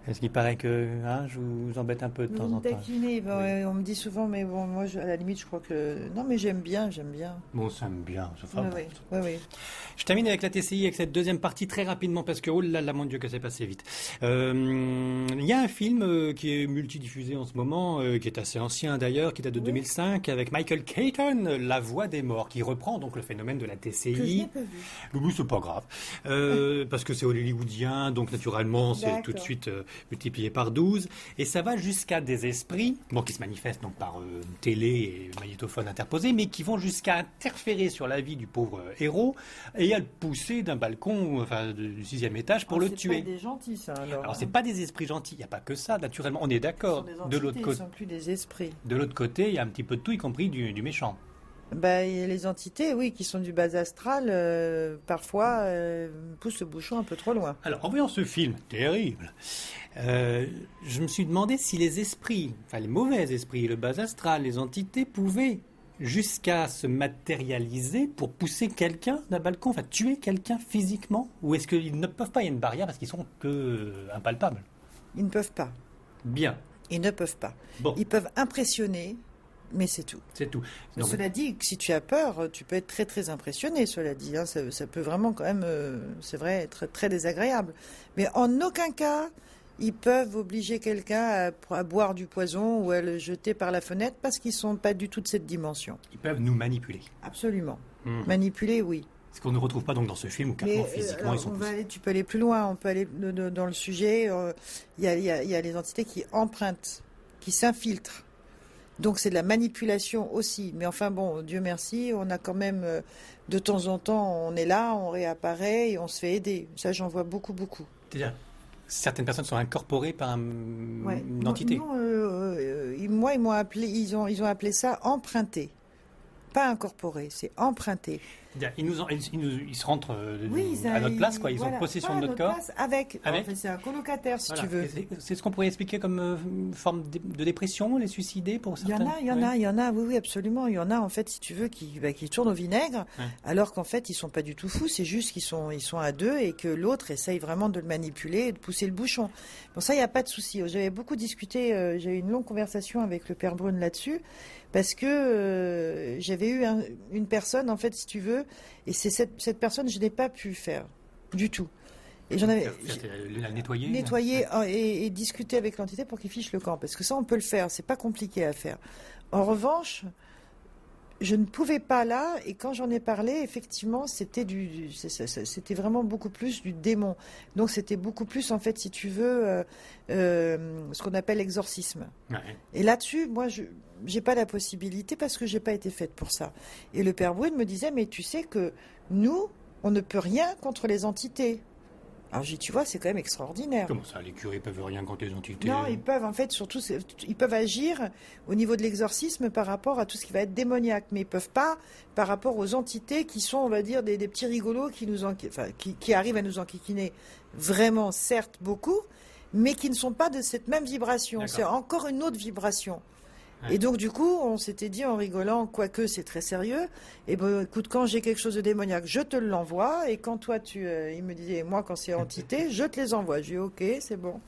[SPEAKER 1] Est-ce qu'il paraît que hein, je vous embête un peu de
[SPEAKER 2] Vous
[SPEAKER 1] temps en
[SPEAKER 2] me
[SPEAKER 1] temps
[SPEAKER 2] taquinez, ben
[SPEAKER 1] Oui.
[SPEAKER 2] ouais, on me dit souvent, mais bon, moi, je- à la limite, je crois que. Non, mais j'aime bien, j'aime bien.
[SPEAKER 1] Bon, ça me bien. ça fera
[SPEAKER 2] Ouais,
[SPEAKER 1] Ah, bon.
[SPEAKER 2] ouais, ouais, ouais.
[SPEAKER 1] Je termine avec la TCI, avec cette deuxième partie très rapidement, parce que, oh là là, mon Dieu, que c'est passé vite. Euh, Il y a un film euh, qui est multidiffusé en ce moment, euh, qui est assez ancien d'ailleurs, qui date de
[SPEAKER 2] Oui.
[SPEAKER 1] 2005, avec Michael Keaton, euh, La Voix des Morts, qui reprend donc le phénomène de la
[SPEAKER 2] Que je n'ai
[SPEAKER 1] TCI.
[SPEAKER 2] pas vu.
[SPEAKER 1] Mais oui, c'est pas grave, Euh, parce que c'est hollywoodien, donc naturellement, c'est
[SPEAKER 2] D'accord.
[SPEAKER 1] tout de suite euh, multiplié par 12. Et ça va jusqu'à des esprits, bon, qui se manifestent donc par euh, télé et magnétophone interposé, mais qui vont jusqu'à interférer sur la vie du pauvre euh, héros et à le pousser d'un balcon, enfin, de- du sixième étage pour
[SPEAKER 2] Ah,
[SPEAKER 1] le
[SPEAKER 2] c'est
[SPEAKER 1] tuer.
[SPEAKER 2] pas des gentils, ça, alors.
[SPEAKER 1] Alors, c'est pas des esprits gentils, il n'y a pas que ça, naturellement, on est d'accord. De l'autre
[SPEAKER 2] côté.
[SPEAKER 1] côté.
[SPEAKER 2] sont plus des esprits.
[SPEAKER 1] De l'autre côté, il y a un petit peu de tout, y compris du, du méchant.
[SPEAKER 2] Bah, et les entités, oui, qui sont du bas astral, euh, parfois, euh, poussent le bouchon un peu trop loin.
[SPEAKER 1] Alors, en voyant ce film terrible, euh, je me suis demandé si les esprits, enfin les mauvais esprits, le bas astral, les entités pouvaient jusqu'à se matérialiser pour pousser quelqu'un d'un balcon, enfin tuer quelqu'un physiquement, ou est-ce qu'ils ne peuvent pas, il y a une barrière parce qu'ils sont que euh, impalpables.
[SPEAKER 2] Ils ne peuvent pas.
[SPEAKER 1] Bien,
[SPEAKER 2] Ils ne peuvent pas.
[SPEAKER 1] bon,
[SPEAKER 2] Ils peuvent impressionner, mais c'est tout.
[SPEAKER 1] c'est tout.
[SPEAKER 2] Mais
[SPEAKER 1] Non, mais-
[SPEAKER 2] cela dit, que si tu as peur, tu peux être très très impressionné, cela dit. hein. ça, ça peut vraiment quand même, euh, c'est vrai, être très désagréable. Mais en aucun cas, ils peuvent obliger quelqu'un à, à boire du poison ou à le jeter par la fenêtre parce qu'ils sont pas du tout de cette dimension.
[SPEAKER 1] ils peuvent nous manipuler.
[SPEAKER 2] Absolument.
[SPEAKER 1] Hmm.
[SPEAKER 2] Manipuler, oui.
[SPEAKER 1] Ce qu'on ne retrouve pas donc dans ce film où
[SPEAKER 2] Mais
[SPEAKER 1] carrément
[SPEAKER 2] euh,
[SPEAKER 1] physiquement
[SPEAKER 2] alors,
[SPEAKER 1] ils sont
[SPEAKER 2] on va
[SPEAKER 1] poussés.
[SPEAKER 2] aller- tu peux aller plus loin, on peut aller de- de- dans le sujet. euh, Il y, a, il y a- il y a les entités qui empruntent, qui s'infiltrent. Donc c'est de la manipulation aussi. Mais enfin bon, Dieu merci, on a quand même, euh, de temps en temps, on est là, on réapparaît et on se fait aider. Ça, j'en vois beaucoup, beaucoup.
[SPEAKER 1] C'est-à-dire, certaines personnes sont incorporées par un- une
[SPEAKER 2] Non,
[SPEAKER 1] entité.
[SPEAKER 2] non, euh, euh, ils- moi, ils m'ont appelé, ils ont, ils ont appelé ça emprunté. Pas incorporé, c'est emprunté.
[SPEAKER 1] C'est-à-dire, Ils, nous en- ils, ils nous- ils se rentrent euh, à notre place, quoi. Ils ont possession de notre corps.
[SPEAKER 2] avec.
[SPEAKER 1] Avec. En fait,
[SPEAKER 2] c'est un colocataire, si
[SPEAKER 1] Voilà.
[SPEAKER 2] tu veux.
[SPEAKER 1] Et c'est- C'est ce qu'on pourrait expliquer comme euh, une forme de, de dépression, les suicidés pour
[SPEAKER 2] Il y
[SPEAKER 1] certains.
[SPEAKER 2] en a, il y en
[SPEAKER 1] Ouais.
[SPEAKER 2] a, il y en a, oui, oui, absolument. Il y en a, en fait, si tu veux, qui, bah, qui tournent au vinaigre,
[SPEAKER 1] Ouais.
[SPEAKER 2] alors qu'en fait, ils sont pas du tout fous, c'est juste qu'ils sont, ils sont à deux et que l'autre essaye vraiment de le manipuler et de pousser le bouchon. Bon, ça, il n'y a pas de souci. J'avais beaucoup discuté, euh, j'ai eu une longue conversation avec le père Brune là-dessus, parce que euh, j'avais eu un- une personne, en fait, si tu veux, et c'est cette, cette personne, je n'ai pas pu faire, du tout. Et j'en avais,
[SPEAKER 1] C'est-à-dire, euh, La nettoyer.
[SPEAKER 2] nettoyer euh, et, et discuter avec l'entité pour qu'il fiche le camp. Parce que ça, on peut le faire, c'est pas compliqué à faire. En revanche, je ne pouvais pas là, et quand j'en ai parlé, effectivement, c'était du, du- c'est- c'est- c'est- c'était vraiment beaucoup plus du démon. Donc c'était beaucoup plus, en fait, si tu veux, euh, euh, ce qu'on appelle l'exorcisme.
[SPEAKER 1] Ouais.
[SPEAKER 2] Et là-dessus, moi, je n'ai pas la possibilité parce que j'ai pas été faite pour ça. Et le père Brune me disait, mais tu sais que nous, on ne peut rien contre les entités. Alors j'ai dit, tu vois, c'est quand même extraordinaire.
[SPEAKER 1] Comment ça, les curés peuvent rien contre les entités
[SPEAKER 2] Non, ils peuvent en fait surtout, c'est- ils peuvent agir au niveau de l'exorcisme par rapport à tout ce qui va être démoniaque, mais ils peuvent pas par rapport aux entités qui sont, on va dire, des, des petits rigolos qui nous, enqui- enfin, qui, qui arrivent à nous enquiquiner vraiment, certes beaucoup, mais qui ne sont pas de cette même vibration.
[SPEAKER 1] D'accord.
[SPEAKER 2] C'est encore une autre vibration.
[SPEAKER 1] Ouais.
[SPEAKER 2] Et donc du coup, on s'était dit en rigolant, quoique c'est très sérieux, et ben écoute, quand j'ai quelque chose de démoniaque, je te l'envoie, et quand toi tu, euh, il me disait, moi quand c'est entité, je te les envoie. Je dis ok, c'est bon.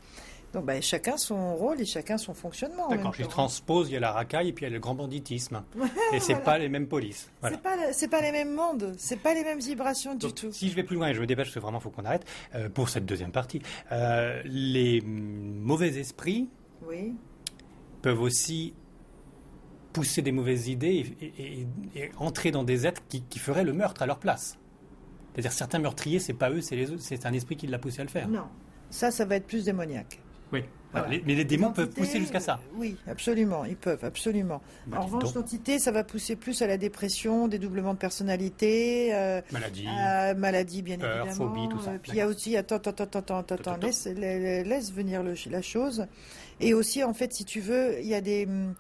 [SPEAKER 2] Donc ben, chacun son rôle et chacun son fonctionnement. en
[SPEAKER 1] D'accord,
[SPEAKER 2] même
[SPEAKER 1] je les
[SPEAKER 2] temps.
[SPEAKER 1] transpose, il y a la racaille et puis il y a le grand
[SPEAKER 2] <laughs>
[SPEAKER 1] banditisme. et c'est pas les mêmes polices. Voilà.
[SPEAKER 2] C'est pas, la- c'est pas les mêmes mondes, c'est pas les mêmes vibrations du
[SPEAKER 1] Donc,
[SPEAKER 2] tout.
[SPEAKER 1] Si je vais plus loin et je me dépêche, parce que vraiment, il faut qu'on arrête, euh, pour cette deuxième partie, euh, les mm, mauvais esprits
[SPEAKER 2] Oui.
[SPEAKER 1] peuvent aussi pousser des mauvaises idées et, et- et- et entrer dans des êtres qui, qui feraient le meurtre à leur place. C'est-à-dire certains meurtriers, c'est pas eux, c'est les autres, c'est un esprit qui l'a poussé à le faire.
[SPEAKER 2] Non. Ça, ça va être plus démoniaque.
[SPEAKER 1] Oui. Voilà. Les- mais les démons peuvent pousser jusqu'à ça.
[SPEAKER 2] Oui, absolument, ils peuvent, absolument.
[SPEAKER 1] Bah,
[SPEAKER 2] en
[SPEAKER 1] dis
[SPEAKER 2] revanche,
[SPEAKER 1] donc.
[SPEAKER 2] l'entité, ça va pousser plus à la dépression, des doublements de personnalité, euh,
[SPEAKER 1] Maladie.
[SPEAKER 2] à maladie, bien
[SPEAKER 1] peur,
[SPEAKER 2] évidemment.
[SPEAKER 1] phobie, tout ça.
[SPEAKER 2] Euh, Puis il y a
[SPEAKER 1] D'accord.
[SPEAKER 2] aussi, attends, attends, attends, attends, attends,
[SPEAKER 1] Attends, attends.
[SPEAKER 2] laisse, la- la- laisse venir le- la chose. Et aussi, en fait, si tu veux, il y a des... hum,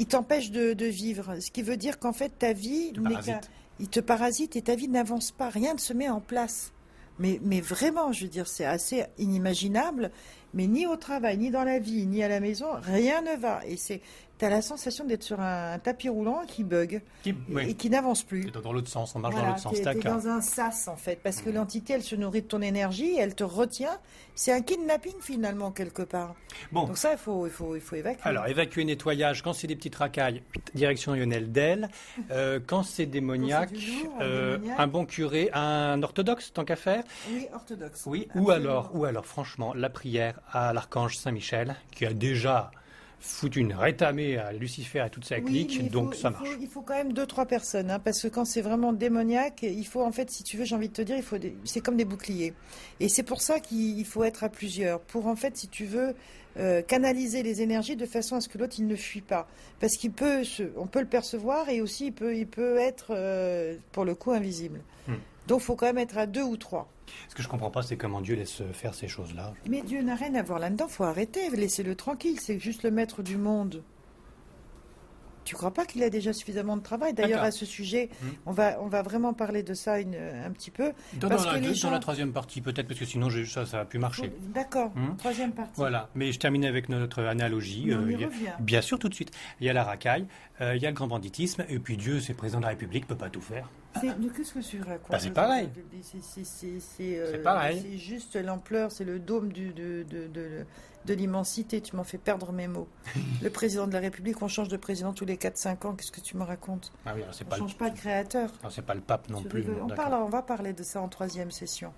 [SPEAKER 2] Il t'empêche de, de vivre, ce qui veut dire qu'en fait ta vie
[SPEAKER 1] Te
[SPEAKER 2] n'est
[SPEAKER 1] parasite.
[SPEAKER 2] qu'un- il te parasite et ta vie n'avance pas, rien ne se met en place. Mais, mais vraiment, je veux dire, c'est assez inimaginable. Mais ni au travail, ni dans la vie, ni à la maison, rien ne va. Et c'est, t'as la sensation d'être sur un, un tapis roulant qui bug
[SPEAKER 1] Qui-
[SPEAKER 2] et
[SPEAKER 1] oui.
[SPEAKER 2] qui n'avance plus.
[SPEAKER 1] T'es dans l'autre sens, on marche dans
[SPEAKER 2] Voilà,
[SPEAKER 1] l'autre sens.
[SPEAKER 2] t'es- t'es
[SPEAKER 1] Tac.
[SPEAKER 2] dans un sas en fait, parce que l'entité, elle se nourrit de ton énergie, elle te retient. C'est un kidnapping finalement quelque part.
[SPEAKER 1] Bon,
[SPEAKER 2] Donc ça, il faut, il faut, il faut évacuer.
[SPEAKER 1] Oh. alors évacuer, nettoyage, quand c'est des petites racailles, direction Lionel Del. Euh, quand c'est démoniaque,
[SPEAKER 2] Quand c'est du lourd,
[SPEAKER 1] euh,
[SPEAKER 2] démoniaque.
[SPEAKER 1] un bon curé, un orthodoxe, tant qu'à faire.
[SPEAKER 2] oui, orthodoxe.
[SPEAKER 1] Oui, ou
[SPEAKER 2] Absolument.
[SPEAKER 1] alors, ou alors, franchement, la prière à l'archange Saint-Michel, qui a déjà foutu une rétamée à Lucifer et toute sa
[SPEAKER 2] Oui,
[SPEAKER 1] clique,
[SPEAKER 2] mais il
[SPEAKER 1] donc
[SPEAKER 2] faut-
[SPEAKER 1] ça
[SPEAKER 2] il faut-
[SPEAKER 1] marche.
[SPEAKER 2] Il faut, quand même deux trois personnes, hein, parce que quand c'est vraiment démoniaque, il faut en fait, si tu veux, j'ai envie de te dire, il faut, des- c'est comme des boucliers. Et c'est pour ça qu'il il faut être à plusieurs, pour en fait, si tu veux, euh, canaliser les énergies de façon à ce que l'autre il ne fuit pas, parce qu'il peut, se, on peut le percevoir et aussi il peut, il peut être euh, pour le coup invisible.
[SPEAKER 1] Hmm.
[SPEAKER 2] Donc, faut quand même être à deux ou trois.
[SPEAKER 1] Ce que je comprends pas, c'est comment Dieu laisse faire ces choses-là.
[SPEAKER 2] Mais Dieu n'a rien à voir là-dedans. Faut arrêter, laissez-le tranquille. C'est juste le maître du monde. Tu crois pas qu'il a déjà suffisamment de travail D'ailleurs,
[SPEAKER 1] D'accord.
[SPEAKER 2] à ce sujet,
[SPEAKER 1] Mhm.
[SPEAKER 2] on va on va vraiment parler de ça une- euh, un petit peu.
[SPEAKER 1] Dans,
[SPEAKER 2] Parce
[SPEAKER 1] dans
[SPEAKER 2] que
[SPEAKER 1] la,
[SPEAKER 2] les
[SPEAKER 1] dans
[SPEAKER 2] gens-
[SPEAKER 1] la troisième partie, peut-être, parce que sinon, j'ai- ça, ça a pu marcher.
[SPEAKER 2] D'accord.
[SPEAKER 1] Mhm.
[SPEAKER 2] Troisième partie.
[SPEAKER 1] Voilà, mais je termine avec notre analogie. euh,
[SPEAKER 2] Mais on y
[SPEAKER 1] il y a-
[SPEAKER 2] revient.
[SPEAKER 1] bien sûr, tout de suite. Il y a la racaille, euh, il y a le grand banditisme, et puis Dieu, c'est président de la République, peut pas tout faire.
[SPEAKER 2] C'est- mais qu'est-ce que c'est raconte
[SPEAKER 1] Bah, c'est pareil.
[SPEAKER 2] C'est- c'est- c'est- C'est euh,
[SPEAKER 1] C'est pareil.
[SPEAKER 2] c'est juste l'ampleur, c'est le dôme du- de, de, de- de l'immensité. Tu m'en fais perdre
[SPEAKER 1] <laughs>
[SPEAKER 2] mes mots. le président de la République, on change de président tous les 4-5 ans. Qu'est-ce que tu me racontes
[SPEAKER 1] Ah oui, alors c'est
[SPEAKER 2] On
[SPEAKER 1] pas, le-
[SPEAKER 2] change pas de créateur.
[SPEAKER 1] alors c'est pas le pape non
[SPEAKER 2] Tu
[SPEAKER 1] plus.
[SPEAKER 2] rigoles.
[SPEAKER 1] non,
[SPEAKER 2] on,
[SPEAKER 1] d'accord.
[SPEAKER 2] parle, on va parler de ça en troisième session.